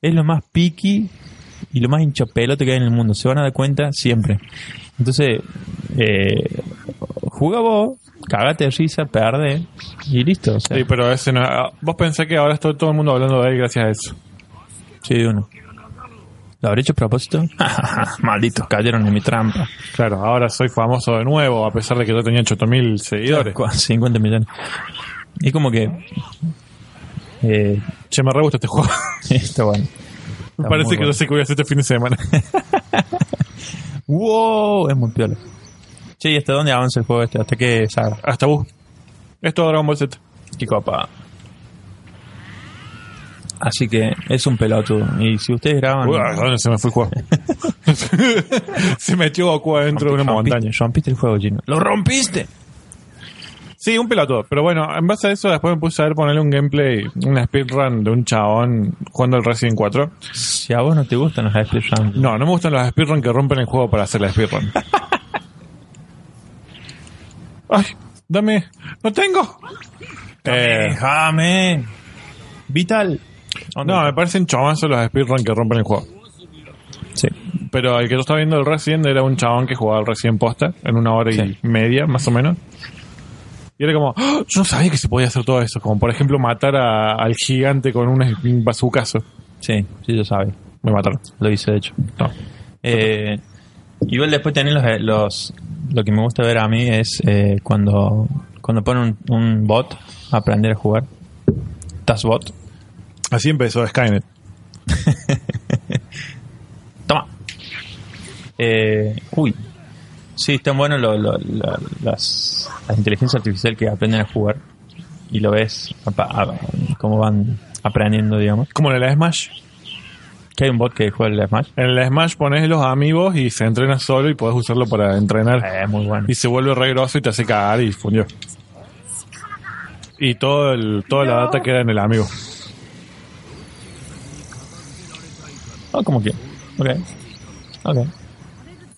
es lo más picky y lo más hinchapelote que hay en el mundo. Se van a dar cuenta siempre. Entonces, eh, juega vos, cagate de risa, perde y listo. O sea, Sí, pero ese no- ah, vos pensás que ahora está todo el mundo hablando de él gracias a eso. sí, de uno. ¿Lo habré hecho a (laughs) propósito? Malditos, cayeron en mi trampa. Claro, ahora soy famoso de nuevo, a pesar de que yo tenía 8000 seguidores. Cu- 50 millones. Y como que. Eh, Che, me re gusta este juego. (laughs) está bueno. Me Está parece muy que yo sé que voy a hacer este fin de semana. (laughs) bueno. ¡Wow! Es muy piola. Che, ¿y hasta dónde avanza el juego este? ¿Hasta qué saga? Hasta vos. Esto es Dragon Ball Z. Y copa. Así que es un pelotudo. Y si ustedes graban. Uy, ¿a ¿Dónde se me fue el juego? (laughs) se metió Goku adentro de una rompiste- montaña. (laughs) Rompiste el juego, Gino. ¡Lo rompiste! Sí, un pelotudo. Pero bueno, en base a eso, después me puse a ver ponerle un gameplay, una speedrun de un chabón jugando el Resident 4. Si a vos no te gustan los speedruns. No, no me gustan los speedrun que rompen el juego para hacer la (laughs) speedrun. Ay, dame. ¡No tengo! Eh, ¡Déjame! ¡Vital! no, me parecen chomazos los speedrun que rompen el juego. Sí. Pero el que yo estaba viendo el Resident era un chabón que jugaba el Resident posta en una hora Sí. y media, más o menos. Y era como, ¡Ah! yo no sabía que se podía hacer todo eso. Como por ejemplo matar a- al gigante con un bazucazo. Sí, sí, yo sabía. Me mataron. Lo hice, de hecho. No. Eh, igual después tenés los, eh, los- Lo que me gusta ver a mí es eh, cuando, cuando ponen un, un bot a aprender a jugar. Taskbot. Así empezó Skynet. Toma. Eh, uy. Sí, están buenos lo- lo- la- las, las inteligencias artificiales que aprenden a jugar. Y lo ves apa- a- cómo van aprendiendo, digamos. Como en el Smash. Que hay un bot que juega el Smash. En el Smash pones los amigos y se entrena solo y podés usarlo para entrenar. Eh, Es muy bueno. Y se vuelve re grosso y te hace cagar y fundió. Y todo el, toda la data queda en el amigo. Ah, como que. Ok. Ok.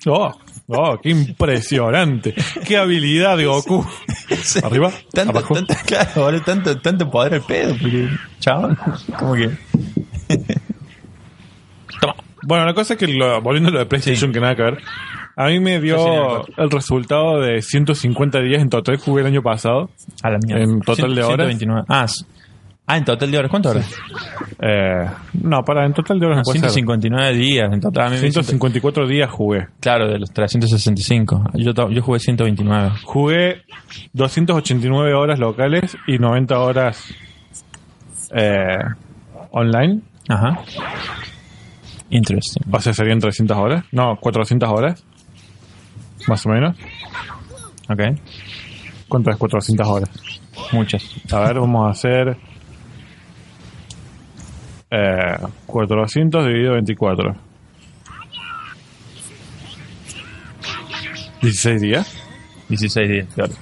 ¡Oh! ¡Oh! ¡Qué impresionante! ¡Qué habilidad de Goku! Arriba, Tanto, abajo. tanto, claro, boludo, tanto, tanto poder al pedo, porque, chabón, (laughs) como que. Toma. Bueno, la cosa es que lo- volviendo a lo de PlayStation, que nada que ver, a mí me Yo sí, dio no. el resultado de 150 días en total. Jugué el año pasado. A la mierda. En total de horas. 129. Ah, s- ah, en total de horas. ¿Cuántas horas? Eh, no, para, en total de horas no, Ah, puede ser. 159 días en total. A mí me hizo- 154 días jugué. Claro, de los 365. Yo, to- yo jugué 129. Jugué 289 horas locales y 90 horas eh, online. Ajá. Interesting. O sea, serían 300 horas. No, 400 horas. Más o menos. Ok. ¿Cuánto es 400 horas? Muchas. A ver, vamos a hacer... eh, 400 dividido 24. ¿16 días? 16 días de horas.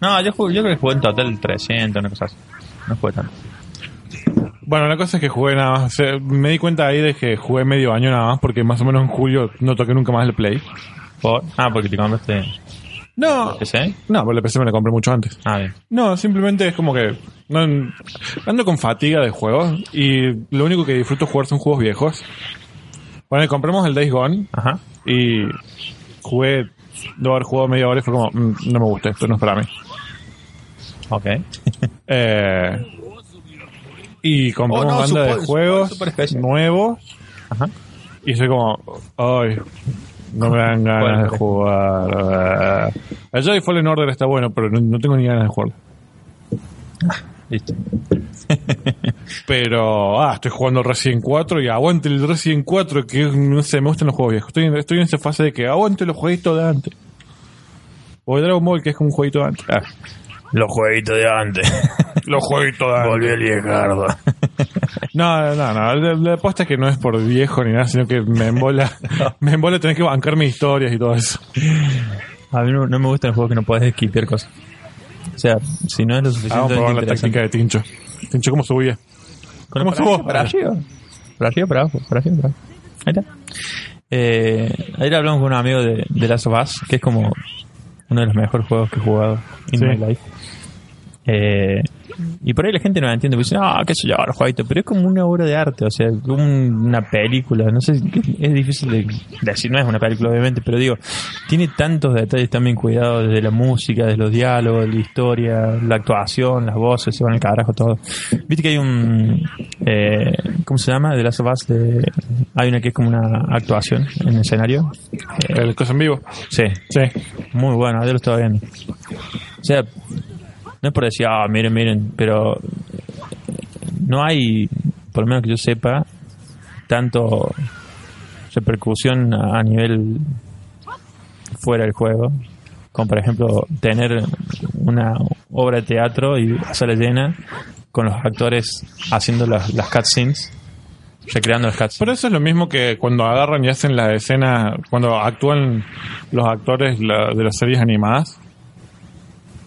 No, yo, jugué- yo creo que jugué en total 300, una cosa así. No jugué tanto. Bueno, la cosa es que jugué nada más. o sea, me di cuenta ahí de que jugué medio año nada más porque más o menos en julio no toqué nunca más el Play. Por- Ah, porque te compraste No, PC. no, pero el PC me lo compré mucho antes. Ah, bien. No, simplemente es como que no, ando con fatiga de juegos y lo único que disfruto jugar son juegos viejos. Bueno, compramos el Days Gone Ajá. y jugué, de haber jugado media hora y fue como, "Mm, no me gusta, esto no es para mí. Ok. (laughs) Eh, y compramos Oh, no, banda de Super- juegos Super- Super Special. nuevos Ajá. y soy como, ay, no me dan ganas de jugar. El Jedi Fallen Order está bueno, pero no, no tengo ni ganas de jugarlo. Listo. Pero, ah, estoy jugando Resident 4 y aguante el Resident 4, que no sé, me gustan los juegos viejos. Estoy, en- estoy en esa fase de que aguante los jueguitos de antes. O el Dragon Ball, que es como un jueguito de antes. Ah. (laughs) Los jueguitos de antes. Los jueguitos de antes. Volvió el viejardo. No, no, no. La, la aposta es que no es por viejo ni nada, sino que me (laughs) embola. Me embola tener que bancar mis historias y todo eso. A mí no, no me gustan los juegos que no podés esquipear cosas. O sea, si no es lo Ah, vamos suficiente. a probar la táctica de Tincho. Tincho, ¿cómo subía? ¿Cómo subo? Para arriba. Para arriba, para abajo. Para arriba, para abajo. Ahí está. Eh, ayer hablamos con un amigo de, de Last of Us, que es como uno de los mejores juegos que he jugado en Sí. mi life. Eh, y por ahí la gente no la entiende, porque dice, ah, qué sé yo, los jueguitos", pero es como una obra de arte, o sea, como un- una película, no sé, es difícil de decir, no es una película obviamente, pero digo, tiene tantos detalles también cuidados, desde la música, desde los diálogos, la historia, la actuación, las voces, se van al carajo, todo. Viste que hay un, eh, ¿cómo se llama? De las of Us, de- hay una que es como una actuación en escenario. Eh, El cosa en vivo. sí, Sí. muy bueno, yo lo estaba viendo. O sea, no es por decir, ah, miren, miren, pero eh, no hay, por lo menos que yo sepa, tanto repercusión a a nivel fuera del juego, como por ejemplo tener una obra de teatro y la sala llena con los actores haciendo las, las cutscenes, recreando las cutscenes. Pero eso es lo mismo que cuando agarran y hacen las escenas, cuando actúan los actores la- de las series animadas.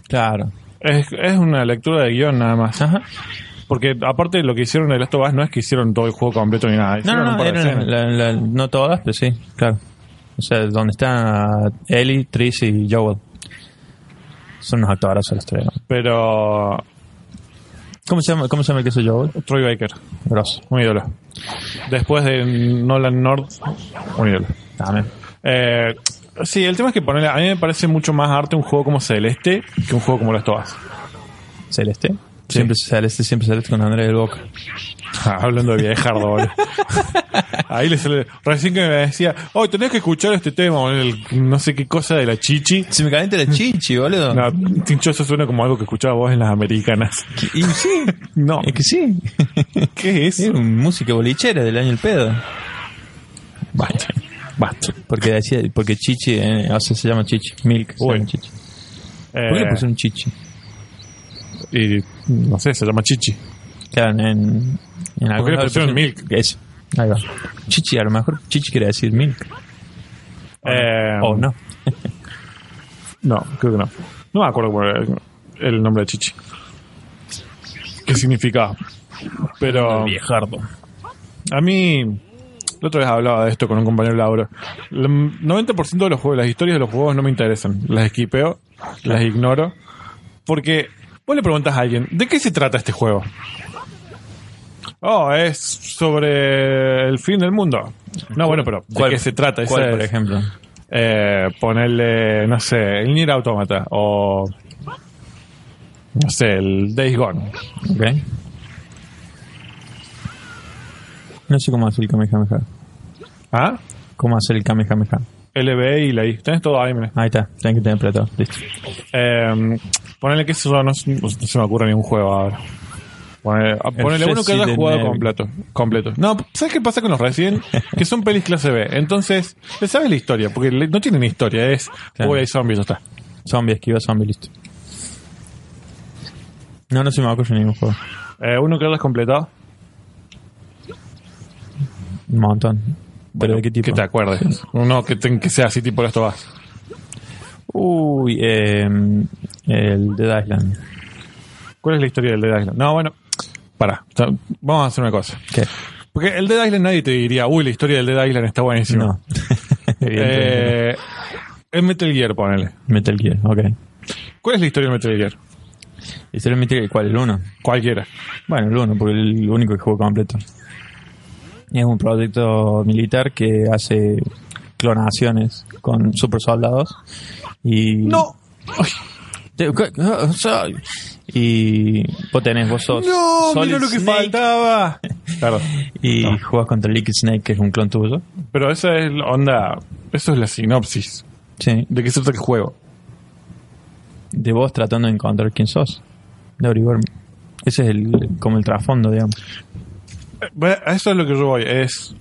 Claro. Es, es una lectura de guión nada más. Ajá. Porque aparte lo que hicieron en Last of Us no es que hicieron todo el juego completo ni nada. No, Hicieron no, un no, par de eran escenas. la- la- no todas, pero sí, claro. O sea, donde están Ellie, Tris y Joel. Son unos actores al estreno. Pero ¿Cómo se llama, cómo se llama el que es Joel? Troy Baker, Grosso. un ídolo. Después de Nolan North, un ídolo. También. Eh, sí, el tema es que ponele, a mí me parece mucho más arte un juego como Celeste que un juego como Last of Us. (laughs) Celeste. Siempre Celeste, siempre Celeste con André del Boca. Ah, Hablando de viejardo, boludo. (laughs) Ahí le sale. Recién que me decía, hoy tenés que escuchar este tema, boludo, el no sé qué cosa de la chichi. Se me calienta la chichi, boludo. No, Tincho, eso suena como algo que escuchaba vos en las americanas. Y sí. No, Es que sí. ¿qué es? (laughs) Es un música bolichera del año el pedo. Basta, basta. Porque decía, porque chichi, eh, o sea, se llama chichi. Milk. se Uy. llama chichi. ¿Por qué le Eh, pusieron chichi? y no sé, se llama chichi. Claro, en, en algún le lado pusieron milk? Eso. Ahí va. Chichi, a lo mejor Chichi quiere decir milk. Eh, o no. (laughs) No, creo que no. No me acuerdo cuál era el nombre de Chichi. ¿Qué significaba? Pero Viejardo. a mí, la otra vez hablaba de esto con un compañero Laura. El 90% de los juegos, las historias de los juegos no me interesan. Las esquipeo, las ignoro. Porque vos le preguntas a alguien, ¿de qué se trata este juego? Oh, es sobre el fin del mundo. No, bueno, pero ¿de ¿Cuál- qué se trata? Esa ¿Cuál, por es- ejemplo? eh, ponerle, no sé, el Nier Automata o, no sé, el Days Gone. Ok. No sé cómo hacer el Kamehameha. ¿Ah? ¿Cómo hacer el Kamehameha? LB y la I. Tenés todo ahí, mira. Ahí está, tienen que tener plato. Listo. Eh, ponele que eso no, se- no se me ocurre ningún juego ahora. Ponele, a- ponele uno que haya Resident jugado Evil. completo, completo. No, ¿sabes qué pasa con los (laughs) Resident? que son pelis clase B. Entonces, le sabes la historia, porque le- no tienen historia. Es, Claro. uy, hay zombies, ya está. Zombie, esquiva zombie, listo. No, no se me ocurre ningún juego. Eh, uno que hayas completado. Un montón. ¿Pero de qué tipo? Que te acuerdes. Uno que, te- que sea así tipo las tobas. Uy, eh, el Dead Island. ¿Cuál es la historia del Dead Island? No, bueno, pará. O sea, Vamos a hacer una cosa. ¿Qué? Porque el Dead Island nadie te diría, uy, la historia del Dead Island está buenísima. No. (laughs) Evidentemente no. Eh, el Metal Gear, ponele. Metal Gear, ok. ¿Cuál es la historia del Metal Gear? ¿Y se lo metí el cuál? ¿El 1? Cualquiera. Bueno, el 1, porque es el único que jugó completo. Es un proyecto militar que hace clonaciones con super soldados. Y. No. Te- ¿qué? Ah, soy- Y vos tenés, vos sos. No, Solid mira lo que (laughs) Snake faltaba. Claro. Y jugás contra Liquid Snake, que es un clon tuyo. Pero esa es la onda. Eso es la sinopsis. Sí. ¿De qué se trata el juego? De vos tratando de encontrar quién sos. De averiguar. Ese es el, como el trasfondo, digamos. Eh, bueno, A eso es lo que yo voy. Es.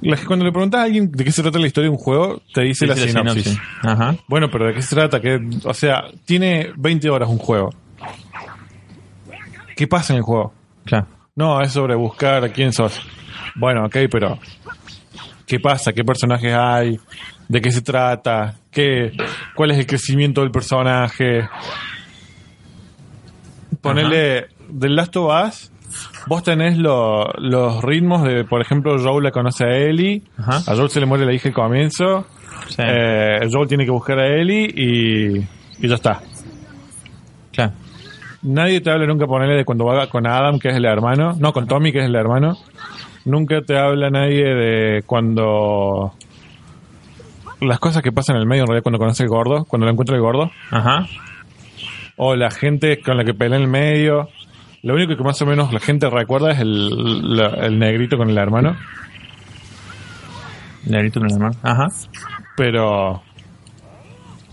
la- Cuando le preguntas a alguien de qué se trata la historia de un juego, te dice la Esa es sinopsis. Ajá. Bueno, pero ¿de qué se trata? Que, o sea, tiene 20 horas un juego. ¿Qué pasa en el juego? Claro. No, es sobre buscar quién sos. Bueno, ok, pero ¿qué pasa? ¿Qué personajes hay? ¿De qué se trata? ¿Qué, ¿Cuál es el crecimiento del personaje? Ponele del Last of Us. Vos tenés lo- los ritmos de, por ejemplo, Joel la conoce a Ellie. Ajá. A Joel se le muere la hija al comienzo. Sí. Eh, Joel tiene que buscar a Ellie y, y ya está. Claro. Nadie te habla nunca, ponele, de cuando va con Adam, que es el hermano. No, con Tommy, que es el hermano. Nunca te habla nadie de cuando... Las cosas que pasan en el medio, en realidad, cuando conoce el gordo, cuando lo encuentra el gordo. Ajá. O la gente con la que pelea en el medio. Lo único que más o menos la gente recuerda es el, la- el negrito con el hermano. Negrito con el hermano. Ajá. Pero...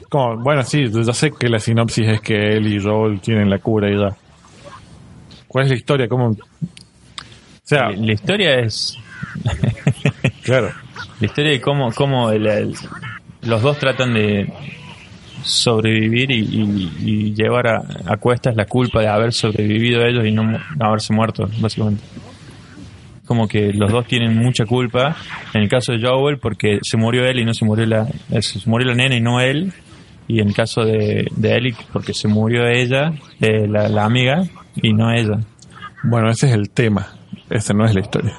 Como, bueno, sí, yo sé que la sinopsis es que él y Joel tienen la cura y ya. ¿Cuál es la historia? ¿Cómo...? O sea, La historia es. claro. La historia de cómo, cómo el- el- los dos tratan de sobrevivir y, y- y llevar a, a cuestas la culpa de haber sobrevivido ellos y no, mu- no haberse muerto, básicamente. Como que los dos tienen mucha culpa. En el caso de Joel, porque se murió él y no se murió la, eh, se murió la nena y no él. Y en el caso de, de Ellie, porque se murió ella, eh, la, la amiga, y no ella. Bueno, ese es el tema. Esa no es la historia.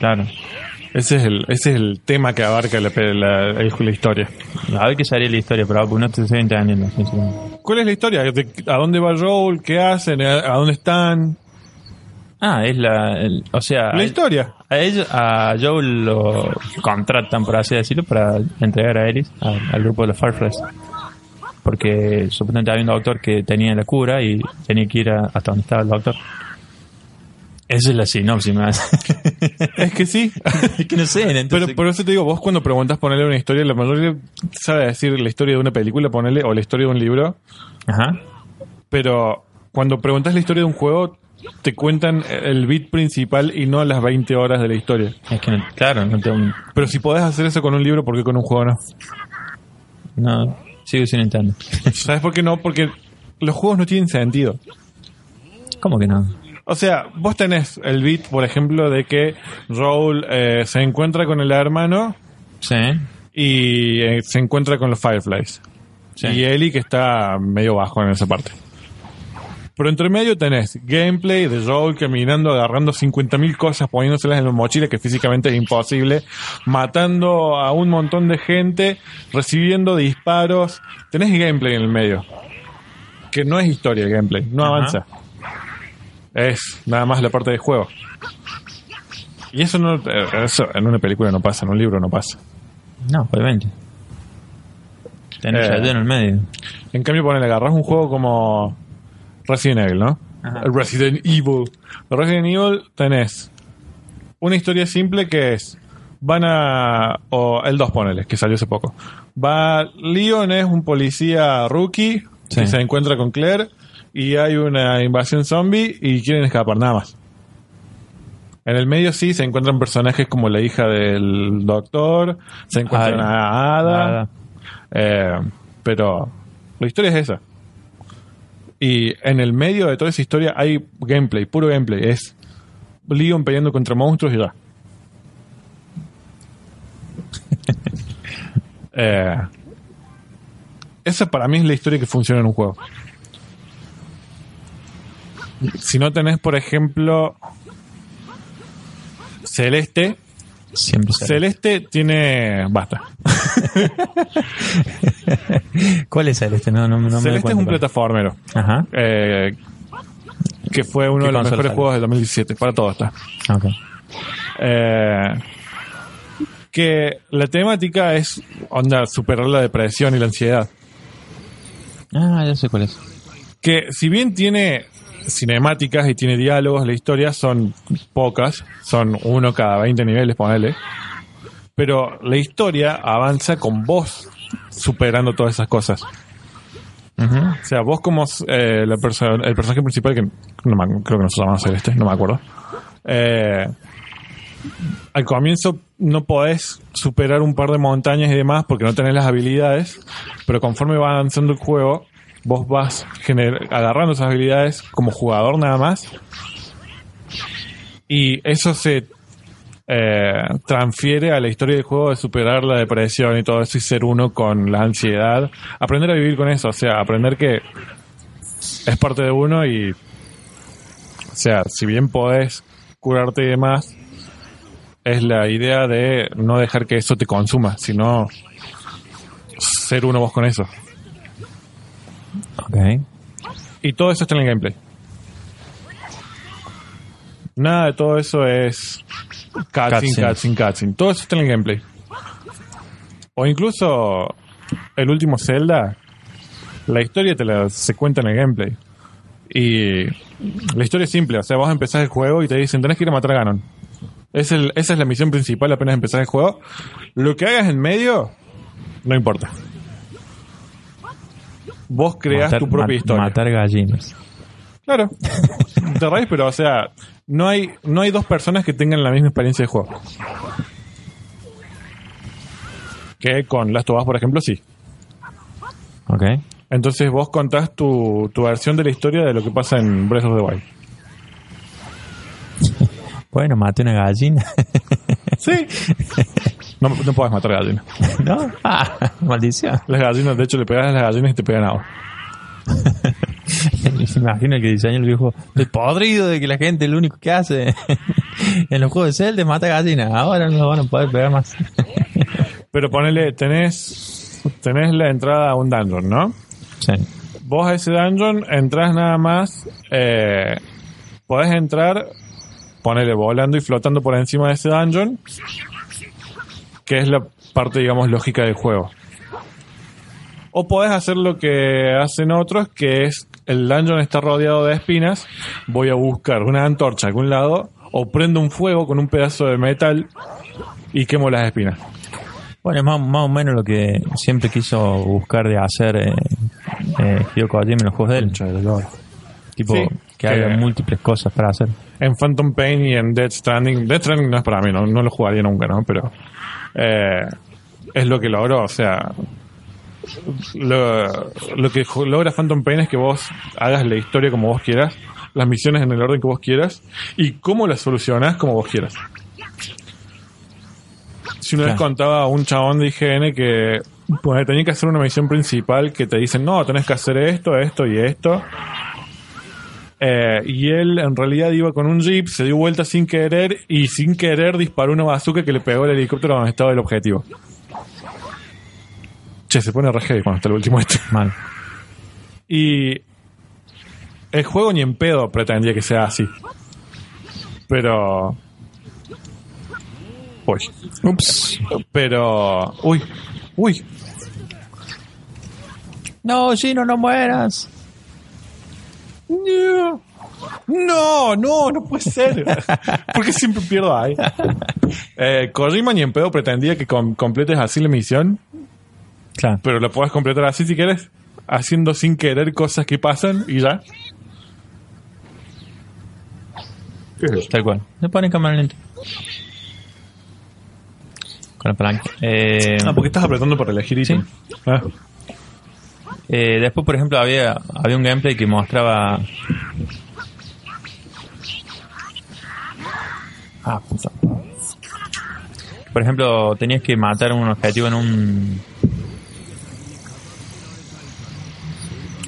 Claro. Ese es el, ese es el tema que abarca la, pe- la- la historia. A ver qué sale la historia, pero ah, pues no te estoy entendiendo. sinceramente. ¿Cuál es la historia? ¿De- ¿A dónde va Joel? ¿Qué hacen? ¿A, a dónde están? Ah, es la. el- o sea. La a- historia. A, ellos, a Joe lo contratan, por así decirlo, para entregar a Eris a- al grupo de los Fireflies. Porque supuestamente había un doctor que tenía la cura y tenía que ir a- hasta donde estaba el doctor. Esa es la sinopsis más. Es que sí. (laughs) es que no sé, Pero entonces. por eso te digo, vos cuando preguntas ponerle una historia, la mayoría sabe decir la historia de una película, ponerle, o la historia de un libro, Ajá. pero cuando preguntas la historia de un juego, te cuentan el beat principal y no las 20 horas de la historia. Es que, no- claro, no tengo. Pero si podés hacer eso con un libro, ¿por qué con un juego no? No, sigo sin entender. ¿Sabes por qué no? Porque los juegos no tienen sentido. ¿Cómo que no? O sea, vos tenés el beat, por ejemplo, de que Raúl eh, se encuentra con el hermano Sí. y eh, se encuentra con los Fireflies. Sí. Y Ellie que está medio bajo en esa parte. Pero entre medio tenés gameplay de Joel caminando, agarrando 50.000 cosas, poniéndoselas en la mochila, que físicamente es imposible, matando a un montón de gente, recibiendo disparos. Tenés gameplay en el medio. Que no es historia el gameplay, no Ajá. avanza. Es nada más la parte de juego. Y eso, no, eh, eso en una película no pasa, en un libro no pasa. No, obviamente. Tenés Eh. allá en el medio. En cambio, ponele, agarras un juego como Resident Evil, ¿no? Ajá. Resident Evil. Resident Evil tenés una historia simple que es, van a... o el 2, ponele, que salió hace poco. Va, Leon es un policía rookie, Sí. que se encuentra con Claire, y hay una invasión zombie y quieren escapar, nada más. En el medio sí se encuentran personajes como la hija del doctor, se encuentran Ay. a Ada. Nada. Eh, pero la historia es esa. Y en el medio de toda esa historia hay gameplay, puro gameplay. Es Leon peleando contra monstruos y (laughs) ya. Eh, esa para mí es la historia que funciona en un juego. Si no tenés, por ejemplo, Celeste, Siempre sale. Celeste tiene. Basta. (laughs) ¿Cuál es Celeste? No, no, no me doy Celeste es cuenta un cuál plataformero. Ajá. eh, que fue uno ¿Qué de los consola mejores sale? juegos del 2017, para todo está. Ok. Eh, que la temática es, onda, superar la depresión y la ansiedad. Ah, ya sé cuál es. Que si bien tiene cinemáticas y tiene diálogos, la historia son pocas, son uno cada 20 niveles, ponele. Pero la historia avanza con vos superando todas esas cosas. Ujú. O sea, vos como eh, la perso- el personaje principal, que no me ac- creo que nosotros vamos a ser este, no me acuerdo. Eh, al comienzo no podés superar un par de montañas y demás porque no tenés las habilidades, pero conforme va avanzando el juego, vos vas gener- agarrando esas habilidades como jugador nada más. Y eso se eh, transfiere a la historia del juego de superar la depresión y todo eso y ser uno con la ansiedad. Aprender a vivir con eso, o sea, aprender que es parte de uno y, o sea, si bien podés curarte y demás, es la idea de no dejar que eso te consuma, sino ser uno vos con eso. Ok. Y todo eso está en el gameplay. Nada de todo eso es cutscene, Cutscenes. cutscene, cutscene. Todo eso está en el gameplay. O incluso el último Zelda, la historia te la se cuenta en el gameplay. Y la historia es simple, o sea, vos empezás el juego y te dicen, tenés que ir a matar a Ganon. Es el- esa es la misión principal apenas empezás el juego. Lo que hagas en medio, no importa. Vos creás Matar- tu propia ma- historia. Matar gallinas. Claro. Te reís, pero o sea, no hay, no hay dos personas que tengan la misma experiencia de juego. Que con Last of Us, por ejemplo, sí. Ok. Entonces vos contás tu, tu versión de la historia de lo que pasa en Breath of the Wild. Bueno, maté una gallina. (laughs) Sí. No, no podés matar gallinas. ¿No? Ah, (laughs) maldición. Las gallinas, de hecho, le pegas a las gallinas y te pegan a vos. Me imagino que diseño el viejo. El podrido de que la gente lo único que hace (laughs) en los juegos de Zelda es mata gallinas. Ahora no lo van a poder pegar más. (laughs) Pero ponele, tenés, tenés la entrada a un dungeon, ¿no? Sí. Vos a ese dungeon entras nada más. Eh, podés entrar, ponele volando y flotando por encima de ese dungeon, que es la parte, digamos, lógica del juego. O podés hacer lo que hacen otros, que es el dungeon está rodeado de espinas, voy a buscar una antorcha a algún lado, o prendo un fuego con un pedazo de metal y quemo las espinas. Bueno, es más, más o menos lo que siempre quiso buscar de hacer eh, eh, Hideo Kojima en los juegos de él. Tipo, Sí. que haya Que- múltiples cosas para hacer. en Phantom Pain y en Dead Stranding. Dead Stranding no es para mí, no, no lo jugaría nunca, ¿no? Pero eh, es lo que logró, o sea. Lo, lo que jo- logra Phantom Pain es que vos hagas la historia como vos quieras, las misiones en el orden que vos quieras y cómo las solucionás como vos quieras. Si una vez Claro. contaba a un chabón de IGN que pues, tenía que hacer una misión principal que te dicen, no, tenés que hacer esto, esto y esto. Eh, y él en realidad iba con un jeep, se dio vuelta sin querer y sin querer disparó una bazooka que le pegó el helicóptero donde estaba el objetivo. Che, se pone re heavy cuando está el último este. Mal. Y el juego ni en pedo pretendía que sea así. Pero... Uy. Ups. Pero... Uy. Uy. No, Gino, Oh, no mueras. No. No, no, no puede ser. Porque siempre pierdo ahí. Eh, Kojima ni en pedo pretendía que com- completes así la misión, (laughs) Claro. pero lo puedes completar así si quieres, haciendo sin querer cosas que pasan y ya. Tal cual. Le ponen cámara lenta. Con la palanca. Eh, Ah, porque estás apretando para elegir ítem. Ah, eh, después, por ejemplo, había, había un gameplay que mostraba. Ah, puta. Por ejemplo, tenías que matar un objetivo en un.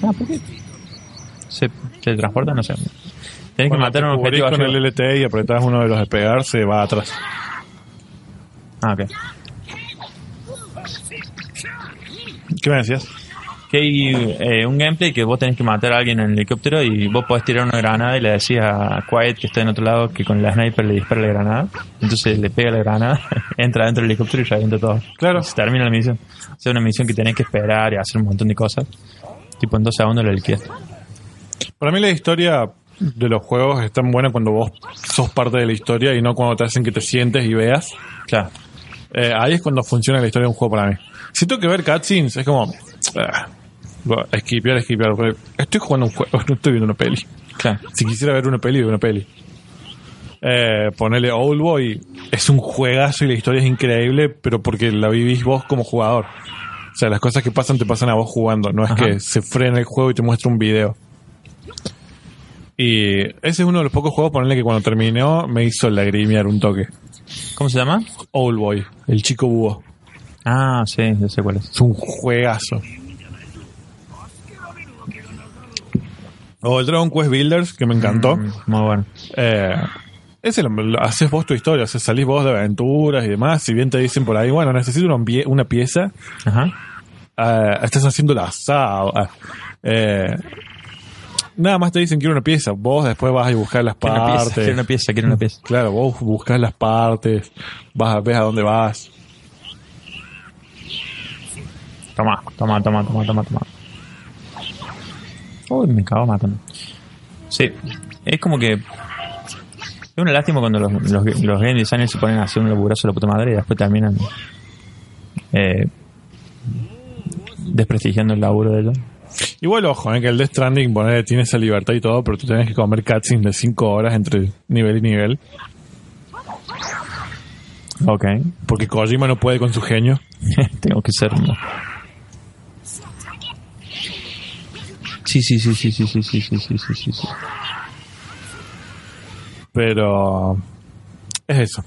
Ah, ¿por qué? ¿Se teletransporta? No sé. Tenías que cuando matar te un objetivo. cubrís con arriba. el LT y apretás uno de los de pegar, se va atrás. Ah, ok. ¿Qué me decías? que hay eh, un gameplay que vos tenés que matar a alguien en el helicóptero y vos podés tirar una granada y le decís a Quiet que está en otro lado que con la sniper le dispara la granada. Entonces le pega la granada, (laughs) entra dentro del helicóptero y revienta todo. Claro. Y Se termina la misión. O sea, una misión que tenés que esperar y hacer un montón de cosas. Tipo en dos segundos lo liquidas. Para mí la historia de los juegos es tan buena cuando vos sos parte de la historia y no cuando te hacen que te sientes y veas. Claro. Eh, ahí es cuando funciona la historia de un juego para mí. Si tengo que ver cutscenes, es como. ah, bueno, esquipear, esquipear. porque Estoy jugando un juego, (laughs) no estoy viendo una peli. Claro. Si quisiera ver una peli, veo una peli. Eh, ponele Oldboy, es un juegazo y la historia es increíble, pero porque la vivís vos como jugador. O sea, las cosas que pasan te pasan a vos jugando, no es Ajá. que se frena el juego y te muestra un video. Y ese es uno de los pocos juegos, ponerle que cuando terminó me hizo lagrimear un toque. ¿Cómo se llama? Old Boy, el chico búho. Ah, sí, ya sé cuál es. Es un juegazo. O el Dragon Quest Builders, que me encantó. Mm, muy bueno. Eh, ese lo, lo- haces vos tu historia, o sea, salís vos de aventuras y demás. Si bien te dicen por ahí, bueno, necesito una, pie- una pieza, Ajá. ah, estás haciendo la asado. ah, eh, nada más te dicen quiero una pieza. Vos después vas a buscar las Quiero una pieza, partes. quiero una pieza, quiero una pieza. Claro, vos buscas las partes, vas a ves a dónde vas. Toma, toma, toma, toma, toma, toma. Uy, me cago matando. Sí, es como que. Es una lástima cuando los, los, los game designers se ponen a hacer un laburazo de la puta madre y después terminan. Eh, desprestigiando el laburo de ellos. Igual, ojo, eh, que el Death Stranding ponele, tiene esa libertad y todo, pero tú tenés que comer cutscenes de 5 horas entre nivel y nivel, Ok. porque Kojima no puede con su genio. (laughs) Tengo que ser. uno. Sí, sí, sí, sí, sí, sí, sí, sí, sí, sí, sí, sí. Pero es eso.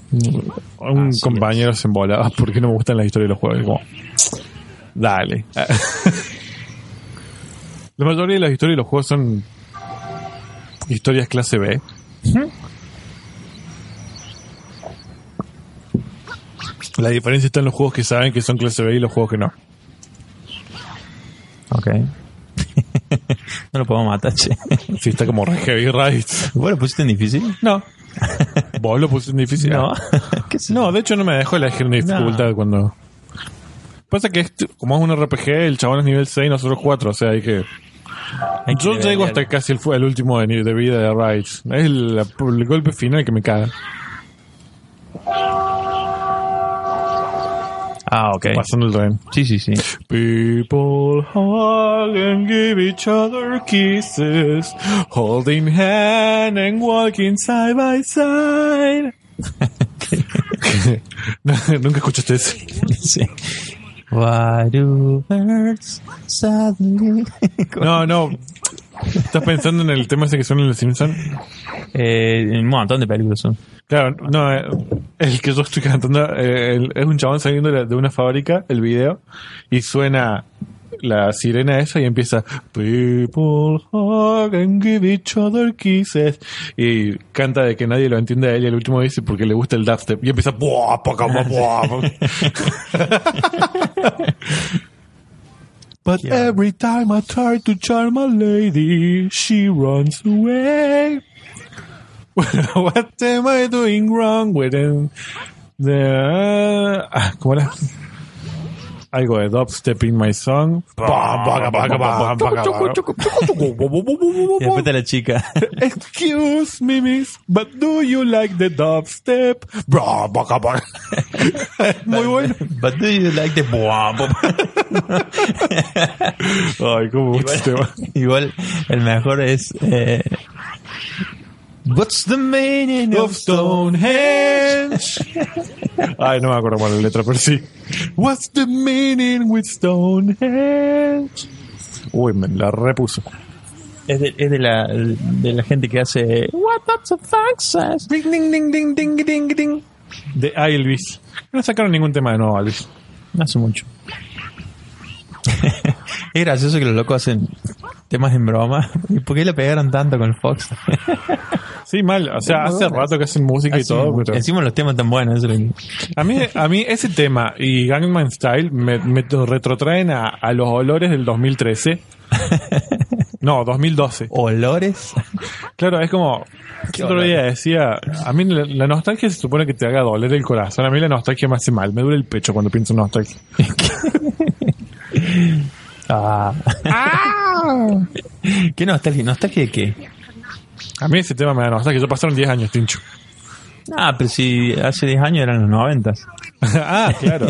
Un Así compañero se embolaba porque no me gustan las historias de los juegos. Y como, dale. La mayoría de las historias de los juegos son historias clase B. La diferencia está en los juegos que saben que son clase B y los juegos que no. Ok. (laughs) no lo podemos matar, che. Si está como re Heavy Rights. ¿Vos lo pusiste en difícil? No. (laughs) ¿Vos lo pusiste en difícil? No. (laughs) ¿Qué sé yo? No, de hecho no me dejó la dificultad cuando. Pasa que esto- como es un RPG, el chabón es nivel 6, nosotros 4, o sea, hay que. Hay que Yo nivelar. llego hasta casi el, fu- el último de, ni- de vida de Rides. Es el, el golpe final que me caga. Ah, ok. Pasando el tren. Sí, sí, sí. People hug and give each other kisses, holding hand and walking side by (laughs) side. (laughs) Nunca escuchaste eso. (laughs) sí. Why do birds suddenly- (laughs) No, no. ¿Estás pensando en el tema ese que suena en Los Simpsons? Eh, un montón de películas son. Claro, no, eh, el que yo estoy cantando eh, el- es un chabón saliendo de la- de una fábrica, el video, y suena la sirena esa y empieza People hug and give each other kisses y canta de que nadie lo entiende a él y el último dice porque le gusta el dubstep y empieza "Buah, poca, buah, buah, buah". But Yeah. every time I try to charm a lady, she runs away. (laughs) What am I doing wrong with him? The, ah, ¿Cómo era? (laughs) Algo de dubstep in my song. Y después está la chica. Excuse me, miss, but do you like the dubstep? (laughs) Muy bueno. (laughs) But do you like the guapo? Ay, cómo me gusta este tema. Igual el mejor es. eh, What's the meaning of of stone? Stonehenge. (laughs) Ay, no me acuerdo cuál es la letra, pero sí. What's the meaning with Stonehenge? Uy, me la repuso. Es de, es de la, de la gente que hace. What up the fuck says? Ding, ding, ding, ding, ding, ding, ding. De Elvis. No sacaron ningún tema de nuevo, Elvis. No hace mucho. (laughs) es gracioso que los locos hacen temas en broma. (laughs) ¿Y por qué le pegaron tanto con el Fox? Sí, mal. O sea, hace rato que hacen música y Hacen- todo, pero... Encima los temas tan buenos. eso es lo que- A mí, a mí ese tema y Gangnam Style me, me retrotraen a, a los olores del 2013. No, 2012. Olores. Claro, es como. Qué otro horror. día decía. A mí la, la nostalgia se supone que te haga doler el corazón. A mí la nostalgia me hace mal. Me duele el pecho cuando pienso en nostalgia. (laughs) Ah. ¿Qué nostalgia? ¿Nostalgia de qué? A mí ese tema me da nostalgia. Yo pasaron 10 años, Tincho. Ah, pero si hace 10 años eran los 90. (laughs) ah, (laughs) claro.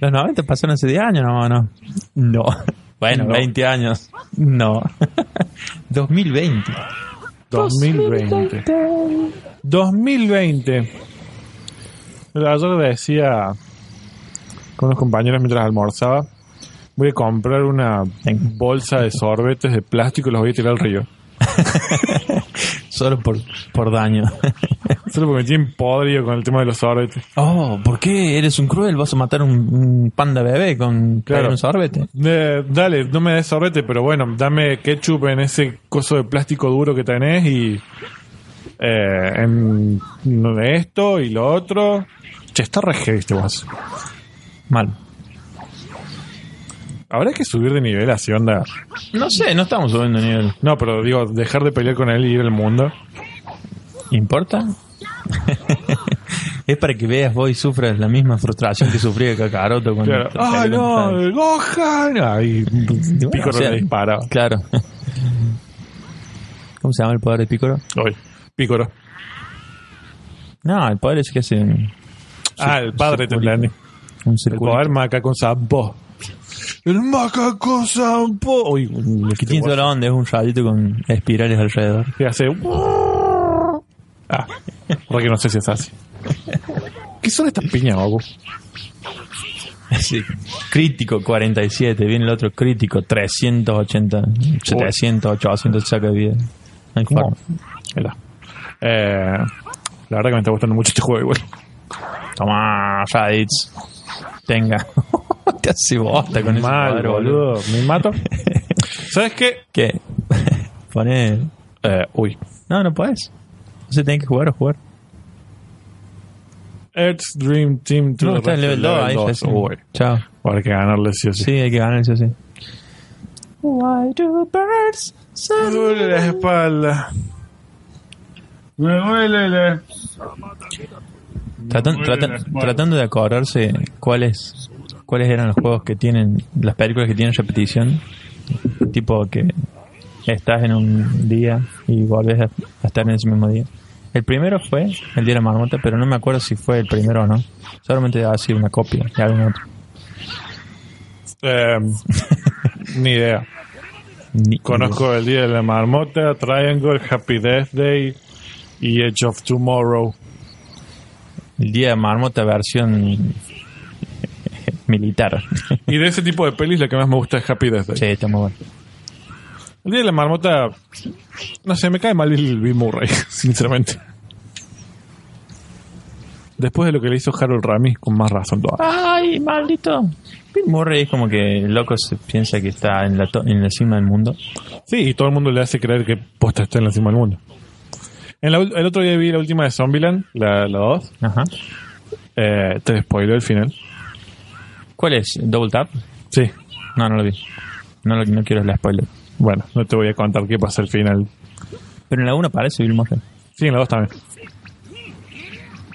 Los 90 pasaron hace 10 años, no, no. No. Bueno, No. 20 años. (laughs) No. 2020. 2020. 2020. Ayer decía. con unos compañeros mientras almorzaba. Voy a comprar una bolsa de sorbetes de plástico y los voy a tirar al río. (laughs) Solo por, por daño. Solo porque me tienen podrido con el tema de los sorbetes. (laughs) oh, ¿por qué eres un cruel? ¿Vas a matar un, un panda bebé con Claro. pegarle un sorbete? Eh, dale, no me des sorbete, pero bueno, dame ketchup en ese coso de plástico duro que tenés y. eh, en esto y lo otro. Che, está re heavy este vaso. Mal. Habrá que subir de nivel así, onda. No sé, no estamos subiendo nivel. No, pero digo, dejar de pelear con él y ir al mundo. ¿Importa? (laughs) es para que veas vos y sufras la misma frustración que sufría Kakaroto cuando... Claro. ¡Ay, Ah, no! el ¡Gohan! ¡Ay! Bueno, Pico o sea, le dispara. Claro. (laughs) ¿Cómo se llama el poder de Picoro? Ay, Picoro. No, el poder es que hace un, Ah, el padre te circulito. planeé. un El circuito. poder macaco sampo. El macaco sampo. Uy, Este que tiene toda la onda, es un rayito con espirales alrededor. (laughs) Y hace. Ah, porque no sé si es así. ¿Qué son estas piñas, Goku? Sí. Crítico 47, viene el otro crítico 380, 700, 800 saca de vida. No hay ¿Cómo? forma. Mira. Eh, la verdad que me está gustando mucho este juego, igual. Tomá, Raditz. Tenga. (laughs) Te hace bosta con ese Mal, poder, boludo. Me mato. ¿Sabes qué? ¿Qué? (laughs) Pone. Eh, uy. No, no puedes. No se tiene que jugar o jugar. Earth's Dream Team to No, the está en rescue, level 2 ahí. ya sí. Uy, Chao. ahora hay que ganarle sí o sí. Sí, hay que ganar, sí o sí. Why do birds Me duele la espalda. Me duele la Tratan- tratan- tratando de acordarse cuáles cuáles eran los juegos que tienen las películas que tienen repetición tipo que estás en un día y volvés a, a estar en ese mismo día el primero fue el día de la marmota pero no me acuerdo si fue el primero o no solamente ha sido una copia de algún otro Eh, (laughs) ni idea. Ni- Conozco el Día de la Marmota, Triangle, Happy Death Day y Edge of Tomorrow. el día de la marmota versión eh, militar Y de ese tipo de pelis la que más me gusta es Happy Death Day. sí está muy bueno El Día de la Marmota, no sé, me cae mal el Bill Murray, (laughs) sinceramente. Después de lo que le hizo Harold Ramis, con más razón todavía. ¡Ay, maldito! Bill Murray es como que el loco se piensa que está en la, to- en la cima del mundo. Sí, y todo el mundo le hace creer que posta está en la cima del mundo. En la ul- el otro día vi la última de Zombieland, la 2. Ajá. Eh, te spoileo el final. ¿Cuál es? ¿Double Tap? Sí, No, no lo vi. No, lo, no quiero la spoiler. bueno, no te voy a contar qué pasa al final. Pero en la 1 aparece Bill Murray. Sí, en la 2 también.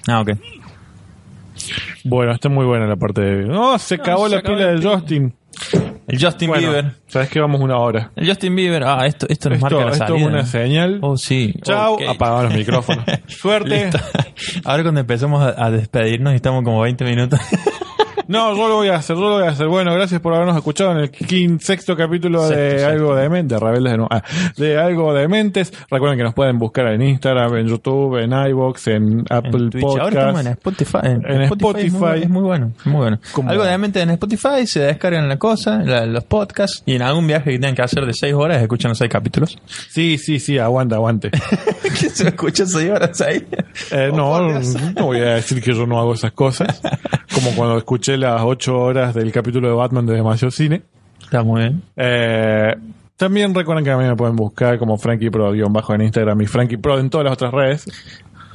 Ah, ok. Bueno, está muy buena la parte de... ¡No! Se acabó se la acabó pila la de Justin. El Justin Bueno, Bieber. sabes que vamos una hora. El Justin Bieber. Ah, esto, esto nos marca Esto, la esto salida. es una ¿no? señal. Oh, sí. Chao, Ok. apagamos los micrófonos. Suerte. (laughs) Listo. Ahora cuando empezamos a, a despedirnos y estamos como 20 minutos. (laughs) No, yo lo voy a hacer, yo lo voy a hacer. Bueno, gracias por habernos escuchado en el quin- sexto capítulo de Sexto, sexto. Algo de Mentes, Rebeldes de, nuevo. Ah, de Algo de Mentes. Recuerden que nos pueden buscar en Instagram, en YouTube, en iVoox, en en Apple Twitch. Ahora estamos en Podcast. Spotify. En, En es muy Spotify. bu- Es, muy, bueno, es muy bueno. Como- Algo realmente en Spotify se descargan la cosa, la- los podcasts, y en algún viaje que tengan que hacer de 6 horas escuchan los 6 capítulos. Sí, sí, sí, aguanta, (laughs) aguante. ¿Qué se escucha 6 horas ahí? Eh, no, no voy a decir que yo no hago esas (laughs) cosas. Como cuando escuché las ocho horas del capítulo de Batman de Demasiado Cine. Está muy bien. Eh, también recuerden que a mí me pueden buscar como Frankie Pro guión bajo en Instagram y Frankie Pro en todas las otras redes.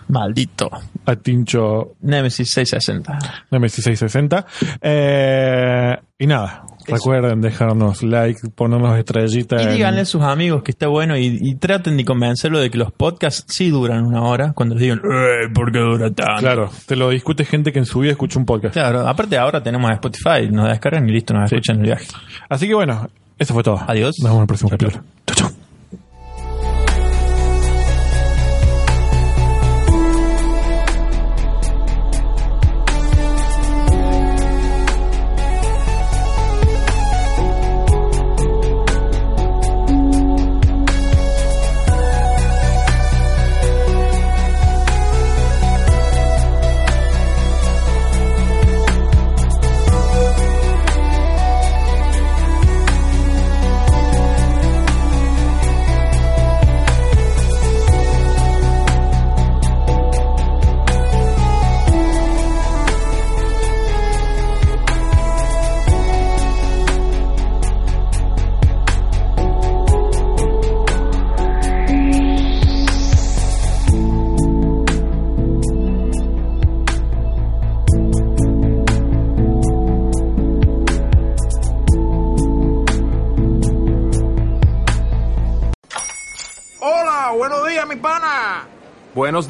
Maldito. A Tincho Nemesis 660. Nemesis 660. Eh, y nada, recuerden dejarnos like, ponernos estrellitas. Y en- díganle a sus amigos que está bueno y, y traten de convencerlo de que los podcasts sí duran una hora cuando les digan, "Eh, ¿por qué dura tanto? Claro, te lo discute gente que en su vida escucha un podcast. Claro, aparte ahora tenemos a Spotify, nos descargan y listo, nos escuchan en el viaje. Así que bueno, eso fue todo. Adiós. Nos vemos en el próximo Chau, chau. capítulo. Chau, chau. buenos días, mi pana. Buenos